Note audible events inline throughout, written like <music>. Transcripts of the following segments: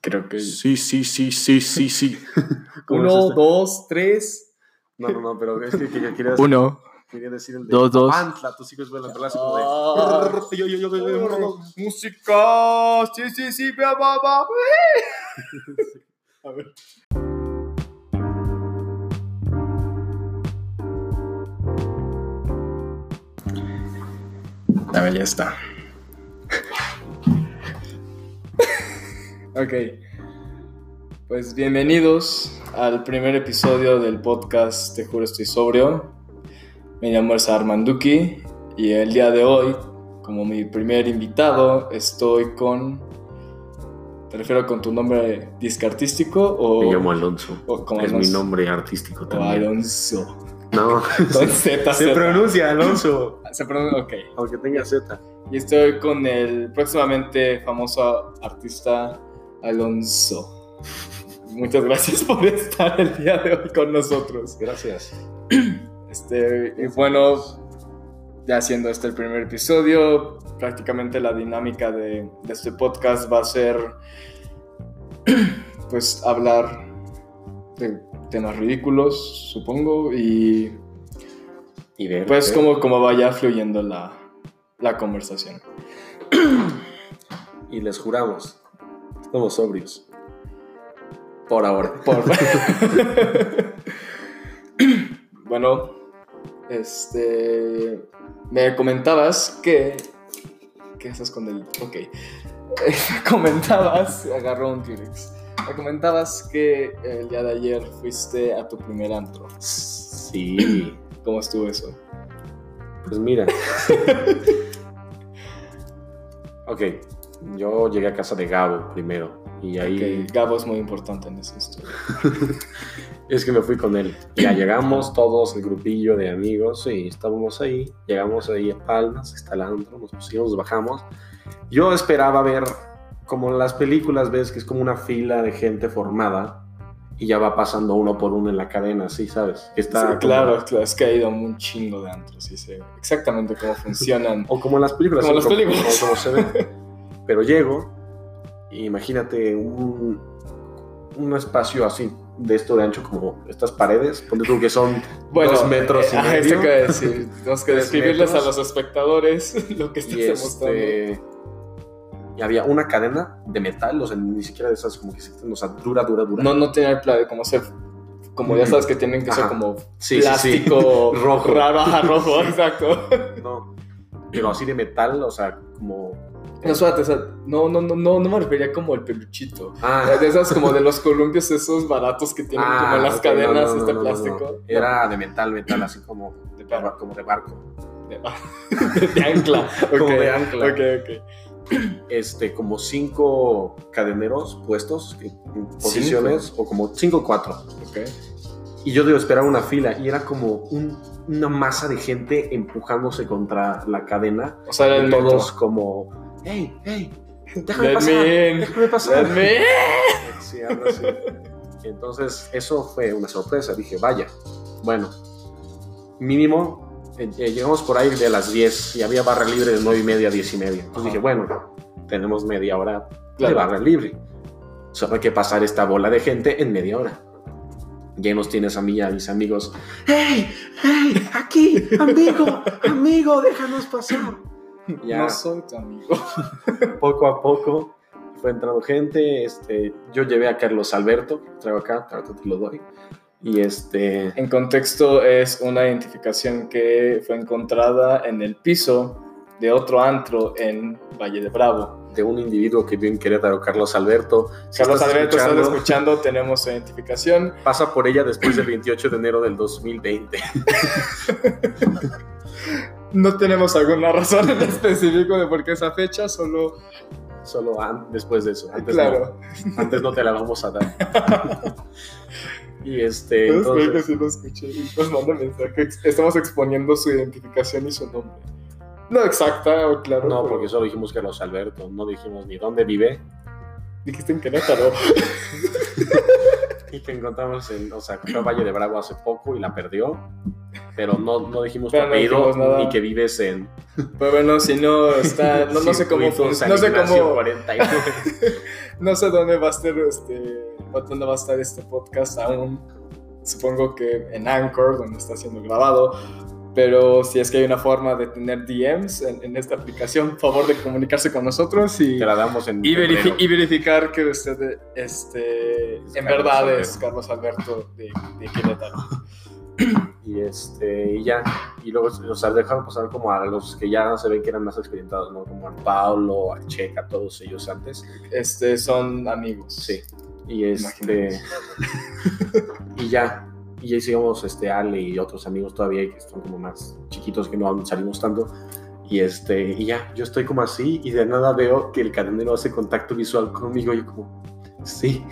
Creo que. Sí, sí, sí, sí, sí, sí. Uno, ¿Cómo es este? dos, tres. No, no, no, pero es que, que- que quería, Uno, quería decir el de dos, dos. Antla, tus hijos vuelan pelas como de. Ah. Yo, yo, yo, yo, yo, yo, yo. Música. Sí, sí, sí. va, va, <laughs> va. A ver. A ver, ya está. ok. Pues bienvenidos al primer episodio del podcast Te juro estoy sobrio. Me llamo Elsa Armanduki y el día de hoy, como mi primer invitado, estoy con... ¿Te refiero con tu nombre disco artístico o...? Me llamo Alonso. o como Es mi Alonso? nombre artístico O también. <laughs> Alonso. No, Con Z, se Z. pronuncia Alonso, Se pronuncia, ok. aunque tenga Z. Y estoy con el próximamente famoso artista Alonso. Muchas gracias por estar el día de hoy con nosotros. Gracias. Este, y bueno, ya siendo este el primer episodio, prácticamente la dinámica de, de este podcast va a ser <clears throat> pues hablar de temas ridículos, supongo, y Y ver. pues como, como vaya fluyendo la, la conversación. Y les juramos, estamos sobrios. Por ahora. <laughs> Por- <laughs> bueno, este. Me comentabas que. ¿Qué estás con el.? Ok. <laughs> Me comentabas. Agarró un Kleenex. Me comentabas que el día de ayer fuiste a tu primer antro. Sí. ¿Cómo estuvo eso? Pues <laughs> mira. ok, yo llegué a casa de Gabo primero. Y ahí Que Gabo es muy importante en esa historia. es que me fui con él. <clears throat> Ya llegamos todos, el grupillo de amigos, y estábamos ahí. Llegamos ahí a Palmas, está el antro, nos pusimos, nos bajamos. Yo esperaba ver, como en las películas ves, que es como una fila de gente formada y ya va pasando uno por uno en la cadena, ¿sí sabes? Que está Sí, como- claro, claro, es que he ido a un chingo de antros y sé exactamente cómo funcionan. O como en las películas. Como o en las películas. o como se ve. Pero llego, y imagínate un, un espacio así, de esto de ancho, como estas paredes, ponte tú que son dos metros y <laughs> eh, ah, medio. Eso que decir. Tenemos que Tres describirles a metros. los <laughs> espectadores lo que estás y, este, y había una cadena de metal, o sea, ni siquiera de esas como que existen, o sea, dura, dura, dura. mostrando. No, no tener plan de cómo ser. Como ya sabes que tienen que ser Ajá. como sí, sí, plástico <laughs> Rojo. raro, ajá, <laughs> rojo, exacto. sí. No. Pero así de metal, o sea, como... No, espérate, o sea, no, no, no, no, no me refería como el peluchito. Ah, De esas como de los columpios esos baratos que tienen ah, como en las ok, no, cadenas no, no, este no, no, no. plástico. Era de metal, metal, así como de, de bar- como de barco. de- <laughs> de <laughs> ancla. Como ok, de ancla. Ok, ok. este, como cinco cadeneros puestos, que- posiciones, o como cinco o cuatro. Ok. Y yo digo, esperaba una fila y era como un- una masa de gente empujándose contra la cadena. O sea, era el Y metro. todos como, hey, hey, déjame Let pasar, me in. déjame pasar. Let me in. Sí, algo así. Entonces, eso fue una sorpresa. Dije, vaya, bueno, mínimo, eh, eh, llegamos por ahí de las 10 y había barra libre de 9 y media a 10 y media. Entonces Ajá. dije, bueno, tenemos media hora Claro. de barra libre. Solo hay que pasar esta bola de gente en media hora. Ya nos tienes a mí y a mis amigos. ¡Hey! ¡Hey! ¡Aquí! ¡Amigo! ¡Amigo! ¡Déjanos pasar! Ya No soy tu amigo. poco a poco fue entrando gente. Este, yo llevé a Carlos Alberto, que traigo acá, ahorita te lo doy. Y este, <laughs> En contexto es una identificación que fue encontrada en el piso de otro antro en Valle de Bravo. de un individuo que vive en Querétaro, Carlos Alberto. Si Carlos estás Alberto, estás escuchando, escuchando, tenemos su identificación. Pasa por ella después del 28 de enero del 2020. No tenemos alguna <laughs> razón en específico de por qué esa fecha, solo... <laughs> Solo an- después de eso. Antes, claro, no, antes no te la vamos <laughs> a dar. y este, Pues, creo que entonces, sí lo escuché. y Nos manda mensaje. Ex- Estamos exponiendo su identificación y su nombre. No exacta, o claro. no, pero porque solo dijimos Carlos Alberto, no dijimos ni dónde vive. Dijiste en Querétaro. aquí que encontramos en, o sea, fue a Valle de Bravo hace poco y la perdió, pero no, no dijimos tu Pero no apellido dijimos nada. y que vives en <laughs> Pero bueno, si no está, no, no sé cómo, Circuito fun- San no sé Ignacio cómo, 49. <laughs> no sé dónde va a estar este, dónde va a estar este podcast aún. Supongo que en Anchor, donde está siendo grabado. Pero si es que hay una forma de tener DMs en, en esta aplicación, por favor de comunicarse con nosotros y, Te la damos en y, verifi- febrero. y verificar que usted este, Es en Carlos verdad Alberto. es Carlos Alberto de, de Querétaro. y este y ya y luego o sea dejaron pasar como a los que ya se ven que eran más experimentados no como a Paulo a Checa todos ellos antes Este, son amigos. sí y este y ya y ya hicimos este Ale y otros amigos todavía que son como más chiquitos que no salimos tanto y este y ya yo estoy como así y de nada veo que el cadenero hace contacto visual conmigo y yo como sí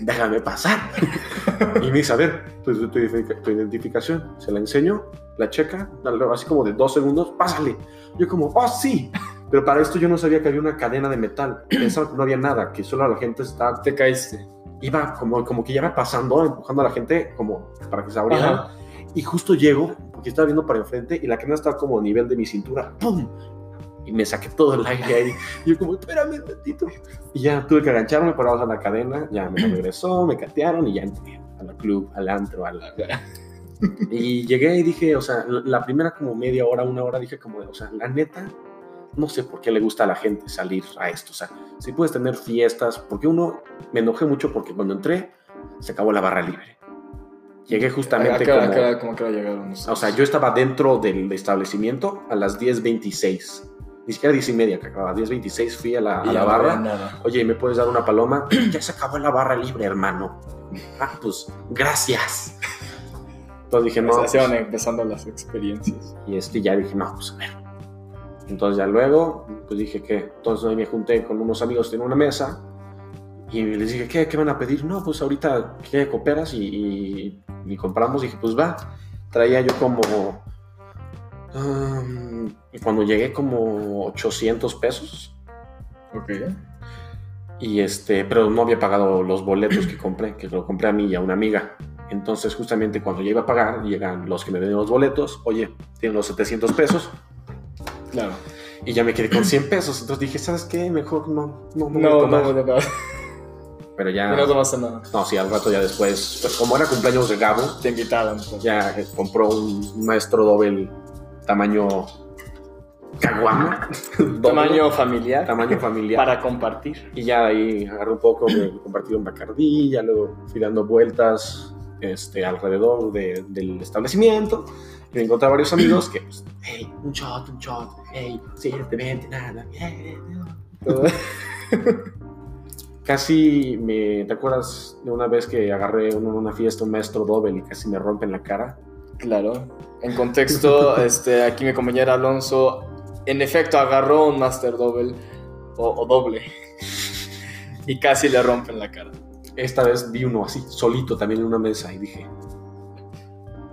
déjame pasar y me dice, a ver, tu, tu- tu identifica- tu identificación, se la enseño, la checa, la- así como de dos segundos, pásale. Yo como, oh, sí. Pero para esto yo no sabía que había una cadena de metal. Pensaba que no había nada, que solo la gente estaba, Te caíste. iba como, como que ya iba pasando, empujando a la gente como para que se abriera. Ajá. Y justo llego, porque estaba viendo para enfrente y la cadena estaba como a nivel de mi cintura. ¡Pum! Y me saqué todo el aire ahí. Y yo como, espérame tantito. Y ya tuve que agancharme para bajar la cadena. Ya me la regresó, me catearon y ya entré al club, al antro, al... Y llegué y dije, o sea, la la primera como media hora, una hora, dije como, o sea, la neta, no sé por qué le gusta a la gente salir a esto. O sea, si puedes tener fiestas, porque uno, me enojé mucho porque cuando entré, se acabó la barra libre. Llegué justamente Acá- como... acá- como que ahora llegaron. O sea, yo estaba dentro del establecimiento a las 10.26. Ni siquiera 10 y media que acababa. 10.26 fui a la, a Y la ya no barra. había nada. Oye, ¿me puedes dar una paloma? <clears throat> ya se acabó la barra libre, hermano. Ah, pues, gracias. Entonces dije, no. Así van Pues, eh, empezando las experiencias. Y este ya dije, no, pues a ver. Entonces ya luego, pues dije que, entonces ahí me junté con unos amigos en una mesa y les dije, ¿qué, qué van a pedir? No, pues ahorita, ¿qué cooperas? Y, y- y compramos, dije, pues va. Traía yo como, um, y cuando llegué como 800 pesos Ok. y este, pero no había pagado los boletos que compré, que lo compré a mí y a una amiga. Entonces justamente cuando yo iba a pagar, llegan los que me venden los boletos, oye, tienen los 700 pesos, Claro. Y ya me quedé con 100 pesos. Entonces dije, ¿sabes qué? Mejor no, no, no, voy a No, tomar". no, Ah. de verdad. Pero Y ya. No tomaste nada. No, sí, al rato ya después. pues, como era cumpleaños de Gabo, Te invitaron. pues. ya eh, compró un maestro doble tamaño. Caguama. Doble, Tamaño familiar. Tamaño familiar. Para compartir. Y ya de ahí agarré un poco, me compartí un Bacardí, ya luego fui dando vueltas este, alrededor de- del establecimiento. Y me encontré a varios amigos que, pues, hey, un shot, un shot, hey, siete, vente, nada, eh, no". Todo. Casi me. ¿Te acuerdas de una vez que agarré en una fiesta un maestro doble y casi me rompen la cara? Claro. En <laughs> contexto, este, aquí mi compañero Alonso, en efecto, agarró un Master Double o, o doble <laughs> y casi le rompen la cara. Esta vez vi uno así, solito también en una mesa y dije.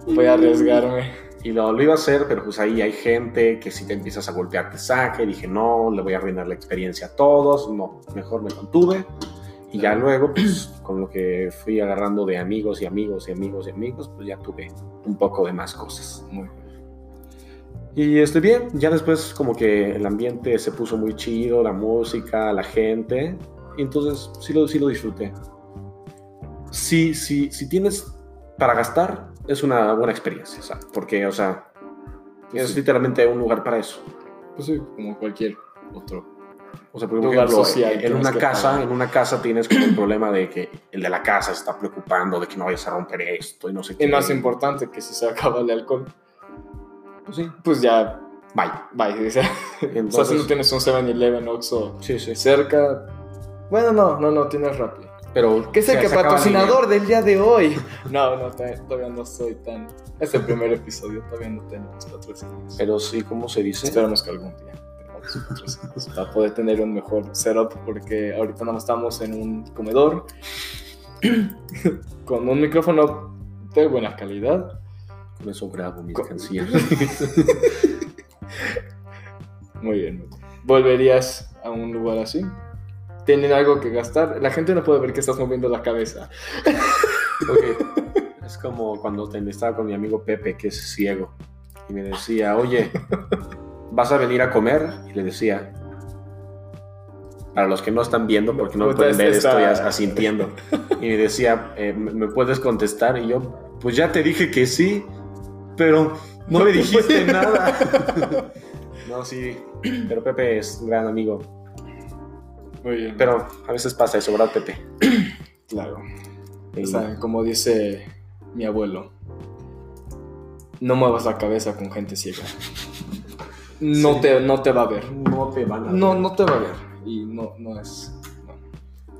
Voy a arriesgarme. Y lo, lo iba a hacer, pero pues ahí hay gente que si te empiezas a golpear te saca. Y dije, no, le voy a arruinar la experiencia a todos. No, mejor me contuve. Y ya luego, pues con lo que fui agarrando de amigos y amigos y amigos y amigos, pues ya tuve un poco de más cosas. Muy Y estoy bien, ya después como que el ambiente se puso muy chido, la música, la gente, y entonces sí lo, sí lo disfruté. Si, si, si tienes para gastar, es una buena experiencia, o sea, porque, o sea, Pues es sí. literalmente un lugar para eso. Pues sí, como cualquier otro. O sea, porque, por Lugar ejemplo, social, en tienes una que casa, pagar. en una casa tienes como el problema de que el de la casa se está preocupando de que no vayas a romper esto y no sé qué. Y más importante que si se acaba el alcohol, Pues sí, pues ya, bye. bye. <laughs> O sea, Entonces, o sea, si no tienes un 7-Eleven Oxxo sí, sí. cerca, bueno, no, no, no, tienes Rappi. Pero Que es el se- que se acaba el patrocinador del día de hoy. <laughs> No, no, ta- todavía no soy tan. Es el primer episodio, todavía no tenemos patrocinios. Pero sí, ¿cómo se dice? Esperamos que algún día tengamos patrocinios para poder tener un mejor setup, porque ahorita no estamos en un comedor <clears throat> con un micrófono de buena calidad. Con eso grabo mis Con- <laughs> canciones. Muy bien. muy bien. ¿Volverías a un lugar así? ¿Tienen algo que gastar? La gente no puede ver que estás moviendo la cabeza. Ok. es como cuando te- estaba con mi amigo Pepe, que es ciego, y me decía, oye, ¿vas a venir a comer? Y le decía, para los que no están viendo, porque no Puta, pueden ver, esta- estoy <laughs> as- asintiendo. Y me decía, "Eh, ¿me me puedes contestar? Y yo, pues ya te dije que sí, pero no me dijiste nada. <laughs> no, sí, pero Pepe es un gran amigo. Muy bien. Pero a veces pasa eso, ¿verdad, Pepe? claro. Y- O sea, como dice mi abuelo, no muevas la cabeza con gente ciega. No, Sí. te, no te va a ver. no te van a No, ver. no te va a ver. Y no, no es. no.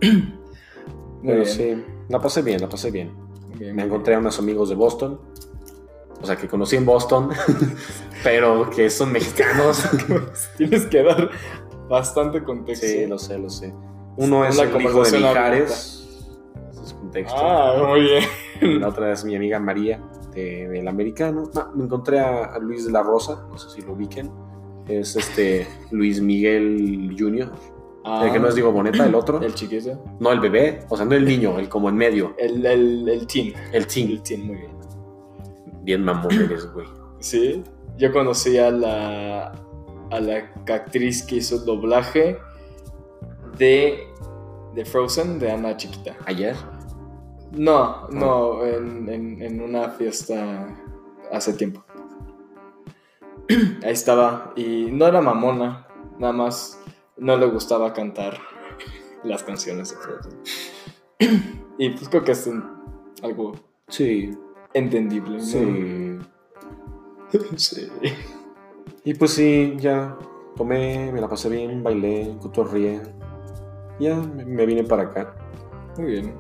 Muy <clears throat> Pero bien, sí, la pasé bien, la pasé bien. muy bien, Me muy encontré a unos amigos de Boston, o sea, que conocí en Boston, <laughs> pero que <laughs> son mexicanos. bien. <laughs> Tienes que dar bastante contexto. sí, lo sé, lo sé. Uno es Una el hijo de conversación Mijares, eso es contexto. Ah, muy bien. La otra es mi amiga María, de- del americano. Ah, me encontré a, a Luis de la Rosa, no sé si lo ubiquen. Es este Luis Miguel Jr., el que no es Diego Boneta, el otro. Ah, <clears throat> El chiquillo. No, el bebé, o sea, no el niño, el como en medio, El, el, el teen. el teen. El teen, muy bien. Bien mamón eres, güey. Sí, yo conocí a la, a la actriz que hizo el doblaje de, de Frozen, de Ana Chiquita. ¿Ayer? No, no, en, en- en una fiesta hace tiempo. Ahí estaba, y no era mamona, nada más no le gustaba cantar las canciones de Frozen. Y pues creo que es un- algo Sí, entendible. ¿no? sí. <laughs> sí. Y pues sí, ya tomé, me la pasé bien, bailé, cotorrié. Ya me me vine para acá. Muy bien.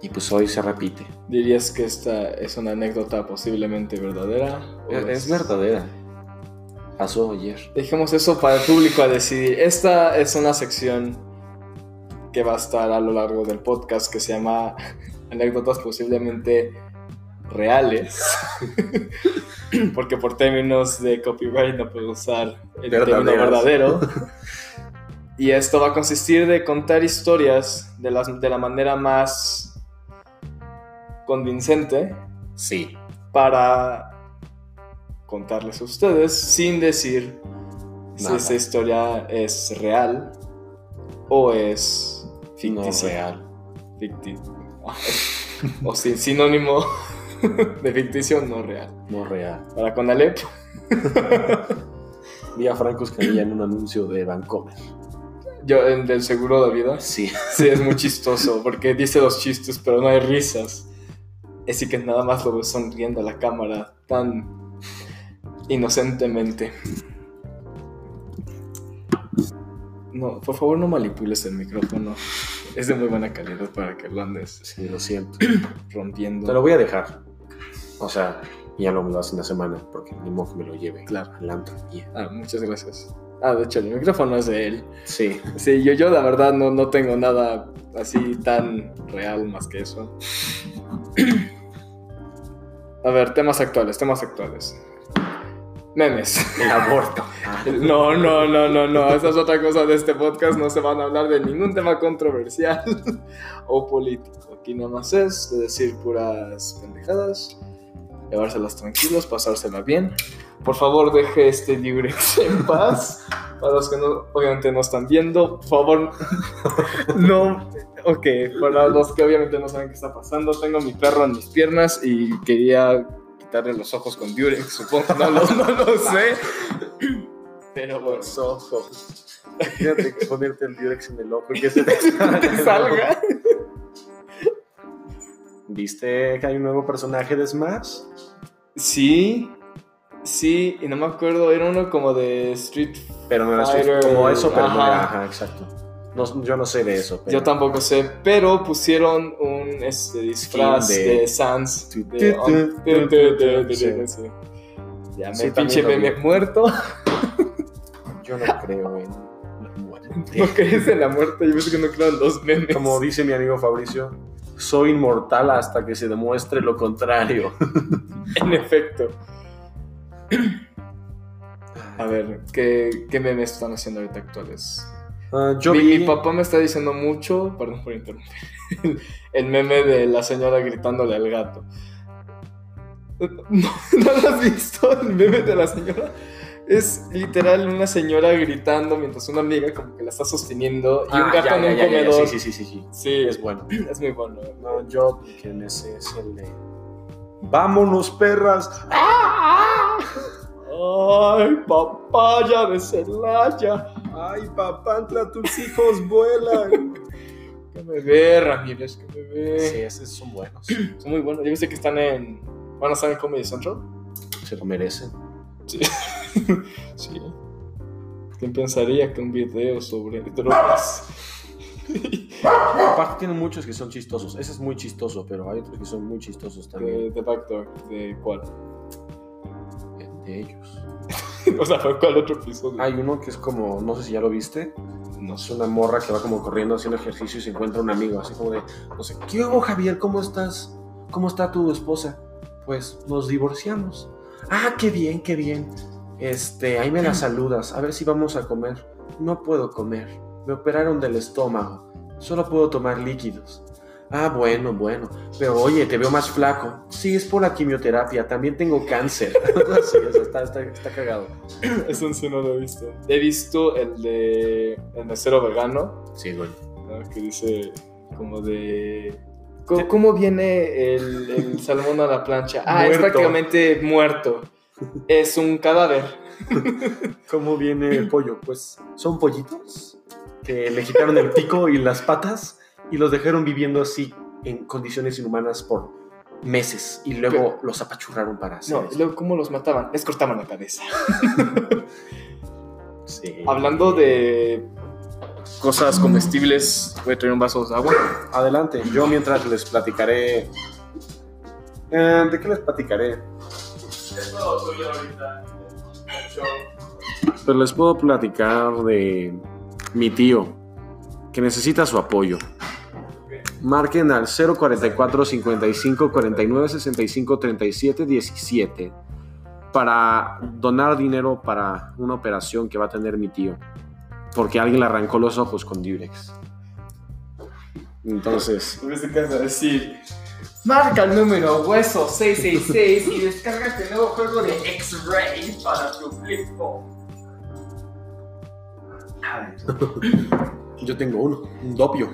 Y pues hoy se repite. ¿Dirías que esta es una anécdota posiblemente verdadera? o Es, es verdadera. Pasó ayer. Dejemos eso para el público a decidir. Esta es una sección que va a estar a lo largo del podcast que se llama <laughs> Anécdotas posiblemente reales. <laughs> Porque por términos de copyright no puedo usar el término Verdaderas. verdadero. Y esto va a consistir de contar historias de, las, de la manera más convincente Sí. para contarles a ustedes sin decir si Nada. esa historia es real o es No ficticia. real. Ficti- o sin sinónimo <laughs> de ficticio no real. No real. Para Conalep, Vi a Franco Escamilla en un anuncio de Bancomer. yo el del seguro de vida, Sí. sí es muy chistoso porque dice los chistes pero no hay risas. Así que nada más lo ves sonriendo a la cámara tan inocentemente. No, por favor no manipules el micrófono. Es de muy buena calidad para que lo andes Sí, lo siento. rompiendo. Te lo voy a dejar. O sea, ya no me lo hace una semana porque ni modo que me lo lleve. Claro. Al antro. Ya. Ah, muchas gracias. Ah, de hecho, el micrófono es de él. Sí. Sí, yo, yo la verdad no, no tengo nada así tan real más que eso. A ver, temas actuales, temas actuales. Memes. El aborto. <laughs> No, no, no, no, no. Esa es otra cosa de este podcast. No se van a hablar de ningún tema controversial <laughs> o político. Aquí nada más es de decir puras pendejadas, llevárselas tranquilos, pasársela bien. Por favor, deje este Durex en paz. Para los que no, obviamente no están viendo, por favor, <laughs> no. Ok, para los que obviamente no saben qué está pasando, tengo mi perro en mis piernas y quería quitarle los ojos con Durex, supongo. No lo, no lo sé. Pero bueno, los ojos. Imagínate que ponerte el Durex en el ojo y <laughs> que se te, que salga. ¿Viste que hay un nuevo personaje de Smash? Sí, sí, y no me acuerdo, era uno como de Street. Pero no era así, Fighter, como eso, pero no ajá. era. Ajá, exacto. No, yo no sé de eso. Pero... Yo tampoco sé, pero pusieron un este, disfraz Skin de, de- Sans. Tu, de- tu, tu, tu, tu, tu, tu, sí. tu, sí. Ya me Sí, pinche también lo vi. meme muerto. <laughs> Yo no creo en la ¿No muerte. crees en la muerte? Yo pienso que no creo en los memes. Como dice mi amigo Fabricio, soy inmortal hasta que se demuestre <laughs> lo contrario. <laughs> En efecto. A ver, ¿qué, qué memes están haciendo ahorita actuales? Ah, yo mi, vi. mi papá me está diciendo mucho, perdón por interrumpir, <laughs> el, el meme de la señora gritándole al gato. ¿No, <laughs> ¿no lo has visto el meme de la señora? Es literal una señora gritando mientras una amiga como que la está sosteniendo y Ah, un gato ya, en ya, un ya, ya, ya, comedor. Sí, sí, sí, sí, sí. Sí, Es bueno. es, es muy bueno. Ah, No, yo que en ese es el de. ¡Vámonos, perras! ¡Ah! Ay, papaya de Celaya. ¡Ay, papá, entra tus hijos, vuelan! Que me ve, Ramírez, que me ve. <laughs> Sí, esos son buenos. Se Son muy buenos. Yo viste que están en. ¿Van a estar en Comedy Central? lo merecen. Sí. ¿Quién pensaría que un video sobre drogas? Aparte tienen muchos que son chistosos. Ese es muy chistoso, pero hay otros que son muy chistosos también de, de Backdoor? ¿De cuál? <laughs> eh, de ellos. o sea, ¿fue cuál otro episodio? Hay uno que es como, no sé si ya lo viste, no es una morra que va como corriendo haciendo ejercicio y se encuentra un amigo, así como de, no sé, ¿qué hubo Javier? ¿Cómo estás? ¿Cómo está tu esposa? Pues nos divorciamos. Ah, qué bien, qué bien. Este, ahí me la saludas, a ver si vamos a comer. No puedo comer, me operaron del estómago, solo puedo tomar líquidos. Ah, bueno, bueno, pero oye, te veo más flaco. Sí, es por la quimioterapia, también tengo cáncer. <laughs> Sí, o sea, está, está, está cagado. Eso en sí no lo he visto. He visto el de. El mesero vegano, Sí, bueno. ¿no? que dice como de. ¿Cómo, cómo viene el, el salmón a la plancha? Ah, es Muerto. prácticamente muerto. Es un cadáver. ¿Cómo viene el pollo? Pues son pollitos que le quitaron el pico y las patas y los dejaron viviendo así en condiciones inhumanas por meses y luego Pero- los apachurraron para hacer. No, y luego, ¿cómo los mataban? Les cortaban la cabeza. Sí. Hablando de cosas comestibles, voy a traer un vaso de agua. Adelante, yo mientras les platicaré. Eh, ¿De qué les platicaré? Pero Pues les puedo platicar de mi tío, que necesita su apoyo. Marquen al 044 55 49 65 37 17 para donar dinero para una operación que va a tener mi tío. Porque alguien le arrancó los ojos con Durex. Entonces, Tuviste que decir, marca el número hueso 666 y descarga este nuevo juego de X-Ray para tu flipo. yo tengo uno, un dopio.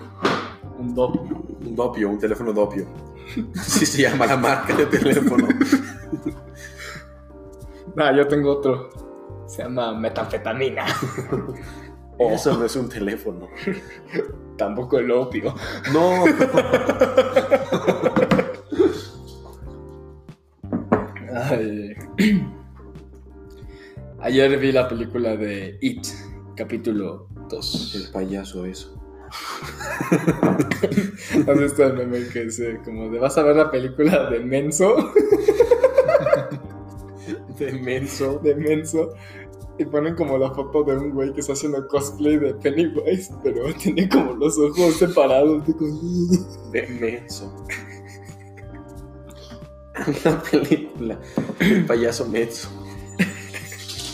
Un doble. Un dopio, un teléfono dopio. <laughs> Así se llama la marca de teléfono. <laughs> Ah, yo tengo otro. Se llama metanfetamina. <laughs> Eso no es un teléfono. Tampoco el opio. No. Ay. <clears throat> Ayer vi la película de It, capítulo 2. El payaso eso. ¿Has visto el meme que dice como de vas a ver la película de Menso? De menso. De Menso. Y ponen como la foto de un güey que está haciendo cosplay de Pennywise, pero tiene como los ojos separados. de como- De menso. <laughs> Una película. El payaso menso.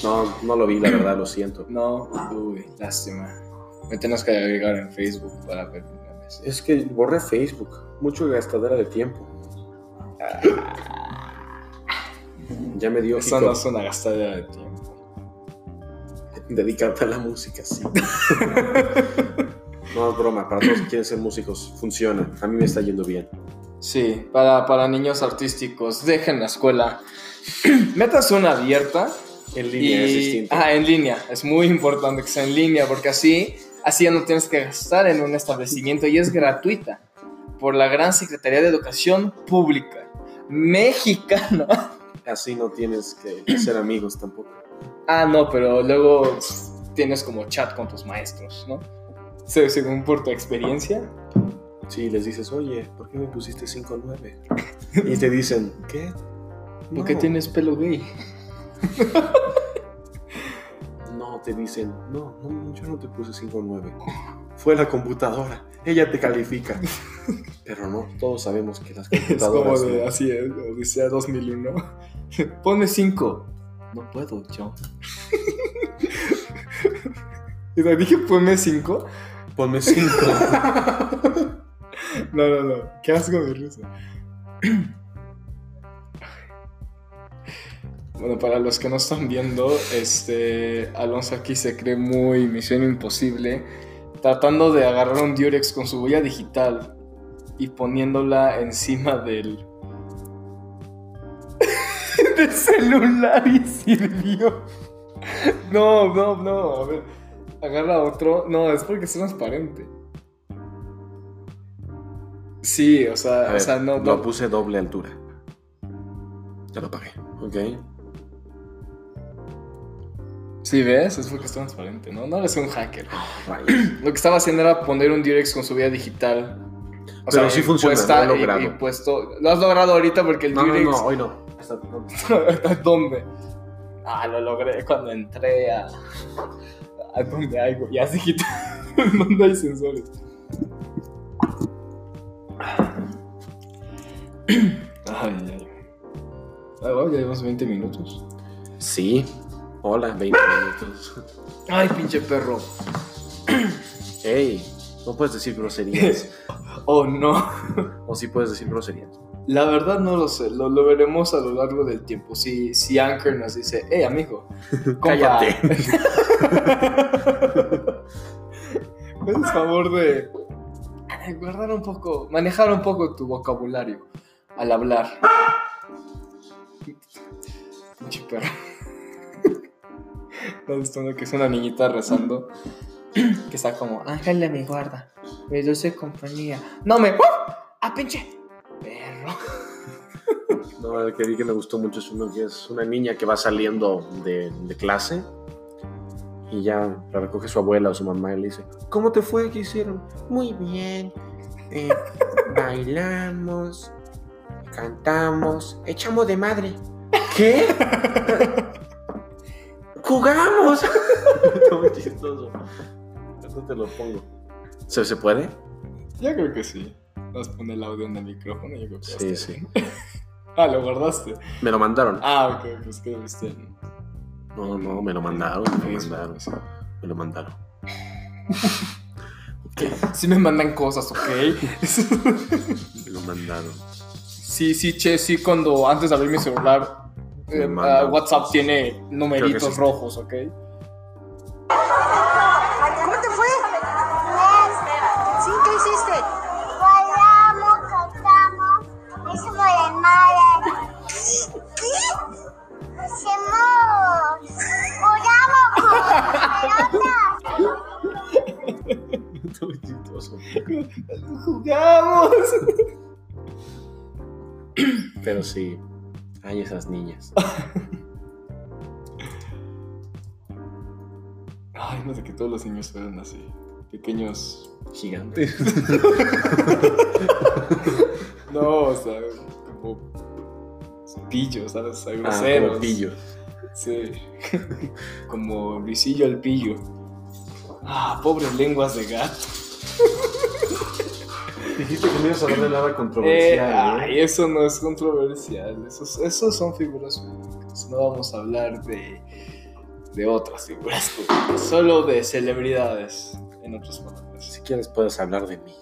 No, no lo vi, la verdad, lo siento. No, uy, lástima. Me tenemos que agregar en Facebook para ver memes. Es que borré Facebook. Mucho gastadera de tiempo. Ah. Ya me dio Eso no es una gastadera de tiempo. dedicarte a la música, sí. no es broma, para todos que quieren ser músicos, funciona. A mí me está yendo bien. Sí, para, para niños artísticos, dejen la escuela. <clears throat> Metas una abierta. En Y- Ah, en línea. Es muy importante que sea en línea porque así, así ya no tienes que gastar en un establecimiento y es gratuita por la Gran Secretaría de Educación Pública Mexicana. Así no tienes que ser amigos tampoco. <laughs> Ah, no, pero luego tienes como chat con tus maestros, ¿no? Se- Según por tu experiencia. Sí, les dices, oye, ¿por qué me pusiste 5-9? Y te dicen, ¿qué? ¿Por qué No. tienes pelo gay? No, te dicen, no, no, yo no te puse 5-9. Fue la computadora, ella te califica. Pero no, todos sabemos que las <laughs> Es como computadoras... de así eh, es, Odisea <laughs> 2001. "Ah, Ponme 5. No puedo, John. O sea, dije ponme 5. Ponme <laughs> cinco. <laughs> No, no, no. Qué asco de risa. Bueno, para los que no están viendo, este Alonso aquí se cree muy misión imposible, tratando de agarrar un Durex con su huella digital y poniéndola encima del <laughs> del celular y sirvió. No, no, no, a ver. Agarra otro. No, es porque es transparente. Sí, o sea, A ver, o sea, no, Lo no. puse doble altura. Ya lo pagué. <clears throat> Ok. Sí, ¿ves? Es porque es transparente, ¿no? No eres un hacker. Rayos. Lo que estaba haciendo era poner un Durex con su vida digital. O Pero sí y funciona, puesta- lo he y- logrado. y puesto... Lo has logrado ahorita porque el No, no, Durex... <laughs> no, hoy no. Hasta- no. ¿Dónde? Ah, lo logré cuando entré a... ¿A dónde hay, güey? Ya se quitó. <laughs> ¿Dónde hay sensores? Ay, ay, ay. wow, ya llevamos 20 minutos. Sí. Hola, 20 minutos. Ay, pinche perro. Ey, no puedes decir groserías. <laughs> Oh, no. o sí puedes decir groserías. La verdad no lo sé, lo, lo veremos a lo largo del tiempo. Si, si Anchor nos dice, hey <laughs> amigo, compa, <laughs> Cállate. haz el favor de guardar un poco, manejar un poco tu vocabulario al hablar. Pinche perro. <laughs> Estás escuchando que es una niñita rezando que está como, Ángel de mi guarda, mi dulce compañía. No me... ¡Ah, pinche! Perro. No, el que vi que me gustó mucho es uno que es una niña que va saliendo de, de clase y ya la recoge su abuela o su mamá y le dice, ¿cómo te fue? ¿Qué hicieron? Muy bien, eh, bailamos, cantamos, echamos de madre. ¿Qué? ¡Jugamos! Está muy chistoso. Esto te lo pongo. ¿Se, se puede? Yo creo que sí. Nos pone el audio en el micrófono y yo creo que Sí, ya Este, sí. está. Ah, lo guardaste. Me lo mandaron. Ah, ok, pues que lo viste. en- No, no, me lo mandaron, me lo mandaron. Me lo mandaron. Ok, Sí me mandan cosas, ¿ok? <laughs> me lo mandaron. sí, sí, che, sí, cuando antes de abrir mi celular, Me eh, mandan ah, WhatsApp tiene Creo que numeritos sí. rojos, ¿ok? ¿Cómo te fue? Bien. ¿Sí? ¿Qué hiciste? Bailamos, cantamos, hicimos la madre. ¿Qué? Hacemos. Jugamos con Está muy chistoso. ¡Jugamos! Pero sí, hay esas niñas. Ay, no sé que todos los niños fueran así. Pequeños. Gigantes. No, o sea, como. Pillos, ¿sabes? O sea, Ah, groseros. como pillos. Sí. Como Luisillo el pillo. Ah, pobres lenguas de gato. Dijiste que no ibas a hablar de nada Eh, controversial. ¿eh? ay, eso no es controversial. Esos, esos son figuras públicas. No vamos a hablar de, de otras figuras públicas. Solo de celebridades, en otras palabras. Si quieres, puedes hablar de mí.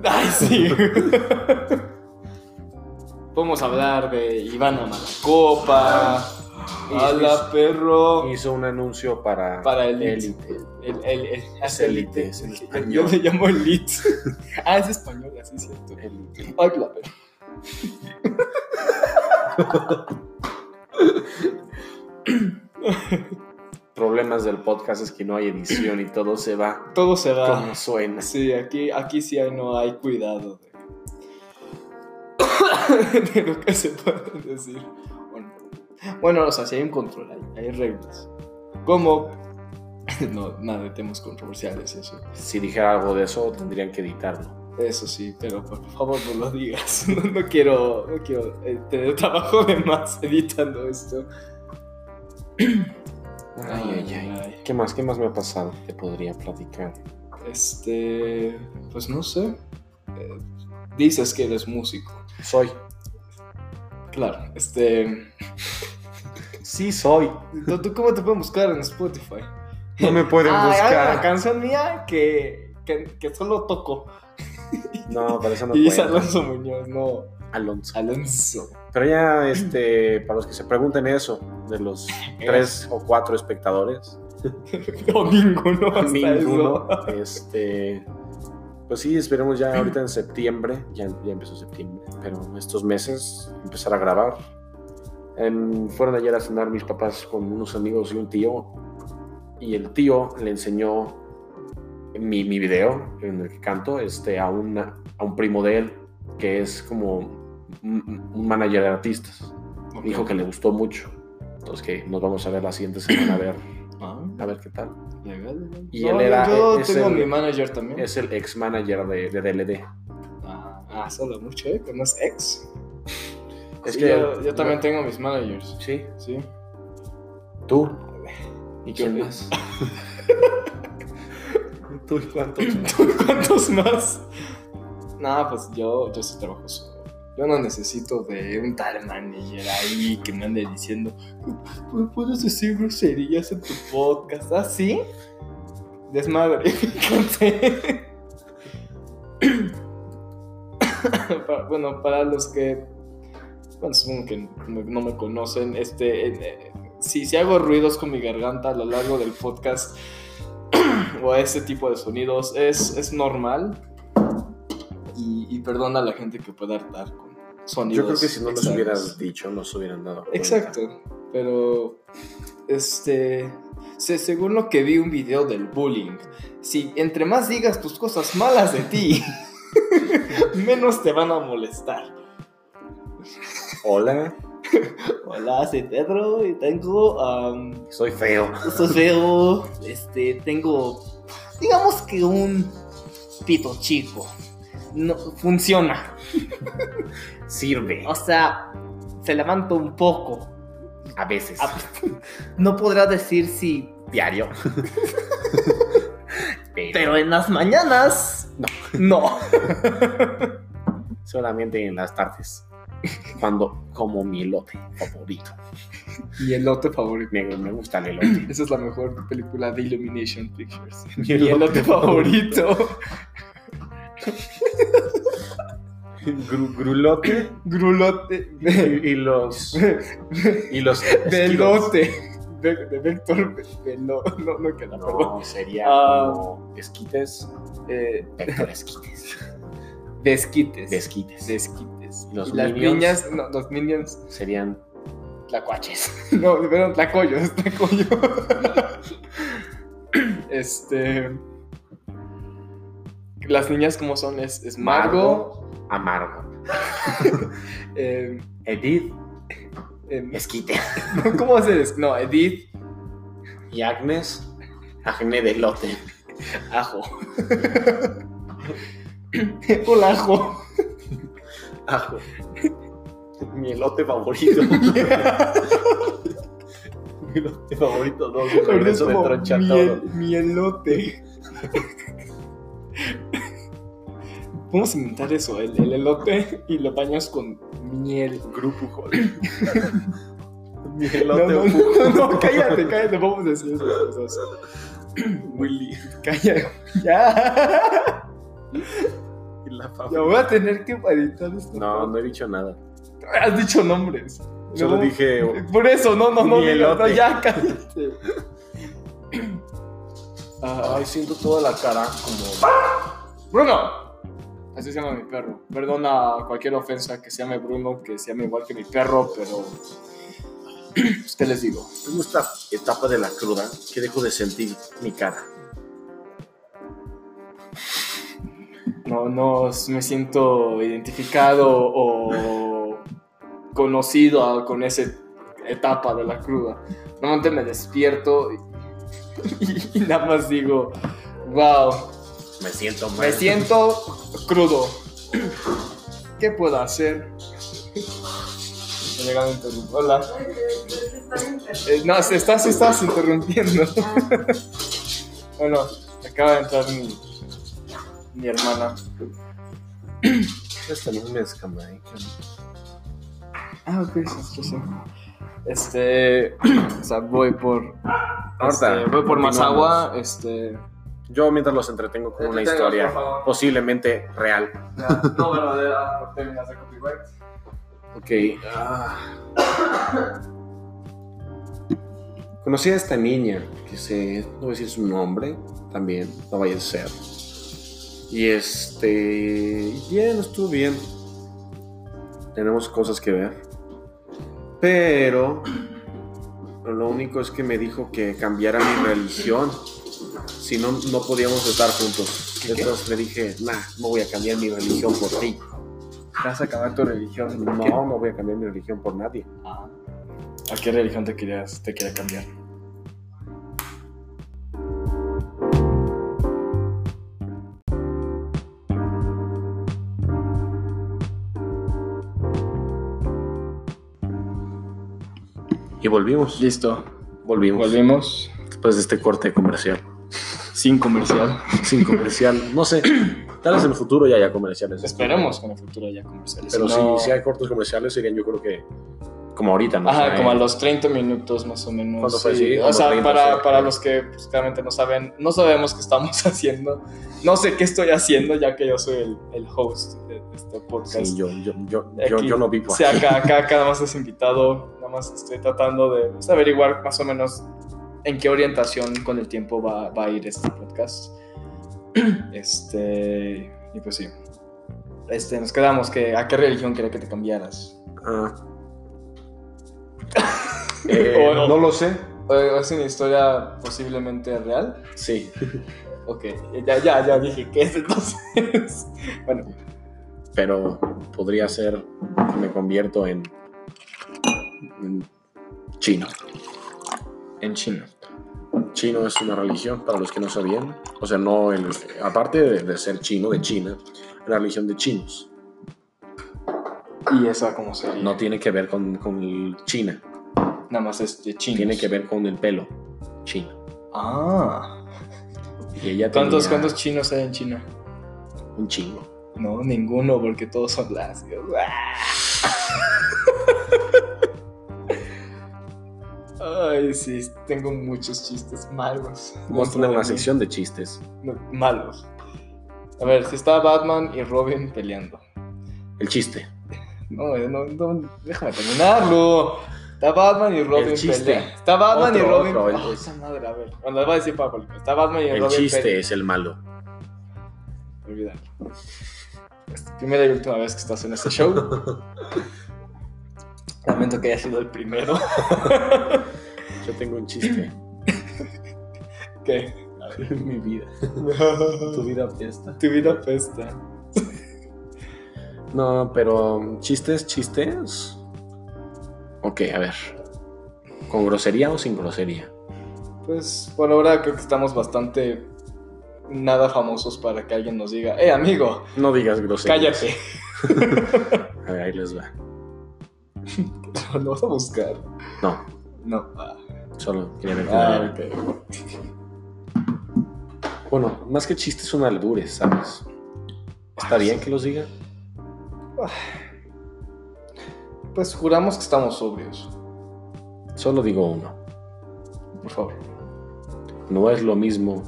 <laughs> Ay, sí. <laughs> Podemos hablar de Ivana Malacopa, Ah, a la perro. Hizo un anuncio para. Para el Elite. El, el, el, Es el elite, elite, es el sí. español. Yo le llamo elite. <laughs> ah, es español, así es cierto. Elite. Ay, la verga. Problemas del podcast es que no hay edición y todo se va Todo se va. como suena. Sí, aquí, aquí sí hay- no hay cuidado de, <coughs> de lo que se puede decir. Bueno, bueno, o sea, si hay un control, hay, hay reglas. Como. <laughs> No, nada de temas controversiales, eso. Si dijera algo de eso, tendrían que editarlo. Eso sí, pero por favor no lo digas. <laughs> No, no quiero, no quiero eh, tener trabajo de más editando esto. Ay, ay, ay. ¿Qué más? ¿Qué más me ha pasado? Te podría platicar. Este, pues no sé. Eh, dices que eres músico. Soy. Claro, este. Sí, soy. ¿Tú, tú cómo te pueden buscar en Spotify? No me pueden Ah, hay una buscar. canción mía que, que, que solo toco. No, para eso no <laughs> y es cuenta. Alonso Muñoz, no. Alonso. Alonso. Pero ya, este, para los que se pregunten eso, de <laughs> los tres o cuatro espectadores, O ninguno hasta ninguno, eso. este, pues sí, esperemos ya ahorita en septiembre, ya, ya empezó septiembre, pero estos meses empezar a grabar. Em, fueron ayer a cenar mis papás con unos amigos y un tío, y el tío le enseñó mi, mi video en el que canto este, a, una, a un primo de él, que es como un- un manager de artistas. Me Dijo que le gustó mucho. Entonces que nos vamos a ver la siguiente semana a ver, Ah, a ver qué tal. legal, legal. Y No, él era- Yo es tengo el- mi manager también. Es el ex manager de, de DLD. Ah, ah, se habla mucho, ¿eh? Con más ex. Es Sí, que yo, yo no- también tengo mis managers. Sí. Sí. <laughs> ¿Tú? ¿Y quién más? ¿Tú y cuántos? ¿Tú cuántos más? Nada, pues yo, yo sí trabajo solo. Yo no necesito de un tal manager ahí que me ande diciendo, "Pu- puedes decir groserías en tu podcast, ¿así? Desmadre. <laughs> Entonces- Pa- <coughs> bueno, para los que, bueno, supongo que no no me conocen, este, en- eh, si, si hago ruidos con mi garganta a lo largo del podcast, <coughs> o a ese tipo de sonidos es, es normal. Y, y perdona a la gente que pueda hartar con sonidos. Yo creo que si no los extraños. hubieras dicho, nos hubieran dado. cuenta. Exacto. Pero, este, se- según lo que vi un video del bullying, si entre más digas tus cosas malas de ti, <laughs> menos te van a molestar. Hola, Hola, soy Pedro y tengo am, soy feo. Esto es feo. Este, tengo, digamos que un pito chico. No, funciona. Sirve. O sea, se levanta un poco. A veces. A- No podrá decir si, <laughs> Diario. pero en las mañanas. No. <laughs> Solamente en las tardes. Cuando como mi elote favorito. Mi elote favorito. Me, me gusta el <clears throat> elote. Esa es la mejor película de Illumination Pictures. Mi Mi elote favorito. Gru- grulote. Grulote. y, y <laughs> los y los De esquilos. elote. De, de Vector. de lo- no, no queda, perdón. no sería Ah. como esquites Eh, pero esquites desquites. desquites Desquites. Los y las minions. niñas, no, los minions, serían tlacuaches. <laughs> No, pero tlacoyos, <laughs> tlacoyo. este. Las niñas, como son? Es, es Margo, amargo eh, Edith eh, <laughs> esquite ¿cómo haces? No, Edith, y Agnes Agne de lote ajo. <laughs> Hola, ajo. ajo mi elote favorito mi elote favorito no con regreso me Como troncha miel- todo mielote. Vamos a inventar eso, el, el elote y lo bañas con miel. grupo <laughs> mi No, elote no, no, no, no, cállate, cállate, vamos a decir esas cosas. <clears throat> Willy Cállate, ya. y la Ya familia voy a tener que editar esto. no no he dicho nada Has dicho nombres. solo No. dije Por eso, no, no, no, Ni digas, no, elote. ya, cállate. Ah, Ay, siento toda la cara como. Bruno. Así se llama mi perro. Perdona cualquier ofensa que se llame Bruno, que se llame igual que mi perro, pero. <clears throat> Pues, ¿Qué les digo? Tengo esta etapa de la cruda que dejo de sentir mi cara. No, no s- me siento identificado o conocido a- con esa etapa de la cruda. Normalmente me despierto y, <laughs> y nada más digo, wow, Me siento mal. me siento crudo. ¿Qué puedo hacer? Me llegan a interrumpir. Hola. Eh, no, se estás, estás interrumpiendo. <laughs> bueno, acaba de entrar mi, mi hermana. Esta no me escama, ¿eh? que- <clears throat> Ah, ok, sí, sí, sí. Este. o sea, voy por. Ahorita, Este, voy por más continuamos. agua. Este, Yo mientras los entretengo con una Entretengan, historia por favor. posiblemente real. no verdadera por términos de copyright. Ok. Ah. Conocí a esta niña, que se, no voy a decir su nombre, también, no vaya a ser. Y este, bien, estuvo bien. Tenemos cosas que ver. Pero, lo único es que me dijo que cambiara mi religión. Si no, no podíamos estar juntos. ¿Qué, qué? Entonces le dije, nah, no voy a cambiar mi religión por ti. Vas a acabar tu religión. No, ¿Qué? no voy a cambiar mi religión por nadie. ¿A qué religión te querías, te quería cambiar? Y volvimos. Listo. Volvimos. Volvimos. Después de este corte comercial. Sin comercial. Sin comercial. No sé. Tal vez en el futuro ya haya comerciales. Esperemos que en el futuro haya comerciales. Pero Si no- si, si hay cortos comerciales serían yo creo que como ahorita, ¿no? O Ajá, sea, como a eh, los 30 minutos más o menos. ¿Cuánto fue? sí. Sí, o como sea, 30, para, sí. para los que pues, claramente no saben, no sabemos qué estamos <laughs> haciendo. No sé qué estoy haciendo, ya que yo soy el, el host de este podcast. Sí, yo, yo, yo, yo, Aquí, yo no vivo o aquí. sea, acá, acá, acá nada más es invitado, nada más estoy tratando de pues, averiguar más o menos en qué orientación con el tiempo va, va a ir este podcast. <clears throat> Este, y pues sí. Este, nos quedamos que a qué religión quería que te cambiaras. <laughs> Ah. Eh, O no. no lo sé. Eh, Es una historia posiblemente real. Sí. Ok, ya, ya, ya dije que es entonces. <laughs> bueno, Pero podría ser que me convierto en, en chino. en chino. chino es una religión, para los que no sabían. O sea, no el, aparte de, de ser chino, de China, la religión de chinos. ¿Y esa cómo sería? No tiene que ver con, con el China, Nada más es de chino. tiene que ver con el pelo chino. Ah. Y ella ¿Cuántos, tenía ¿Cuántos chinos hay en China? Un chingo. No, ninguno, porque todos son ¡Ah! lacios. Ay, sí, tengo muchos chistes malos. Vamos a tener una sección de chistes. No, malos. A ver, si está Batman y Robin peleando. El chiste. No, eh, no, no, déjame terminarlo. Está Batman y Robin chiste. pelea. Está Batman y Otro, Robin. otro, el- Ah, esa madre, a ver. Bueno, les voy a decir para cuál. Está Batman y El Robin chiste pelea. es el malo. Olvídalo. Es la primera y última vez que estás en este <laughs> show. Lamento que haya sido el <laughs> primero. Yo tengo un chiste. <laughs> ¿Qué? Mi vida. tu vida fiesta. vida pesta. No, pero um, chistes, chistes. Ok, a ver. ¿Con grosería o sin grosería? Pues por ahora creo que estamos bastante nada famosos para que alguien nos diga, eh amigo, No digas grosería. cállate. <laughs> A ver, ahí les va. Lo vas a buscar. No, No. Ah, solo quería ver cómo ah, era. ok. Bueno, más que chistes son albures, ¿sabes? ¿Está Ah, bien sí. que los diga? Pues juramos que estamos sobrios. Solo digo uno. Por favor. No es lo mismo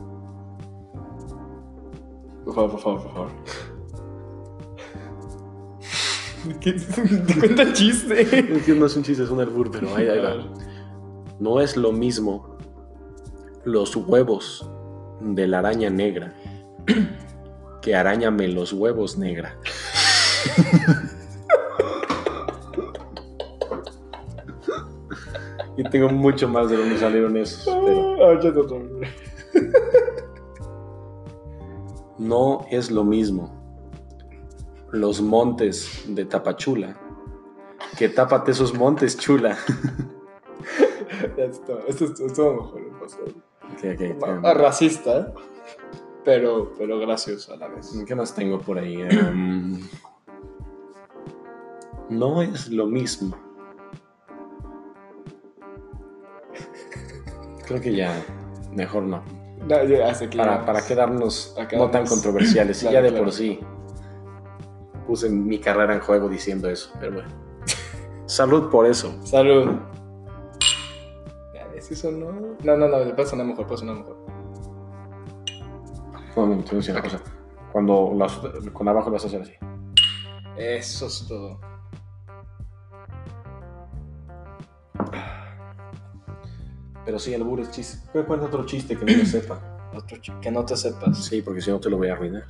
Por favor, por favor, por <laughs> favor. <laughs> ¿Qué? <laughs> ¿Te cuenta el chiste? Es que no es un chiste, es un albur, pero ahí, ahí va. No es lo mismo los huevos de la araña negra que arañame los huevos negra. Yo tengo mucho más de donde salieron esos, pero Ahorita te tomo. no es lo mismo los montes de Tapachula que tápate esos montes, chula. <laughs> <laughs> Ya estuvo- Esto esto estuvo mejor. el pasado. Ok, ok, em, Ma- ah, ok. Racista, pero, pero gracioso a la vez. ¿Qué más tengo por ahí? Em, no es lo mismo. Creo que ya, mejor no. No, ya hace Para, claro. para quedarnos Mm. Para no quedarnos- tan controversiales. Claro, ya de claro. por sí puse mi carrera en juego diciendo <laughs> eso, pero bueno. Salud por eso. Salud. Ya, es- Sí sonó. No, no, no, puede sonar mejor, puede sonar mejor. No, no, te voy a decir una cosa. Cuando lo azote- con abajo lo vas a hacer así. Eso es todo. Pero sí, el burro es chiste. ¿Cuál cuál es otro chiste que no lo sepa? Otro chi- que no te sepas. Sí, porque si no te lo voy a arruinar.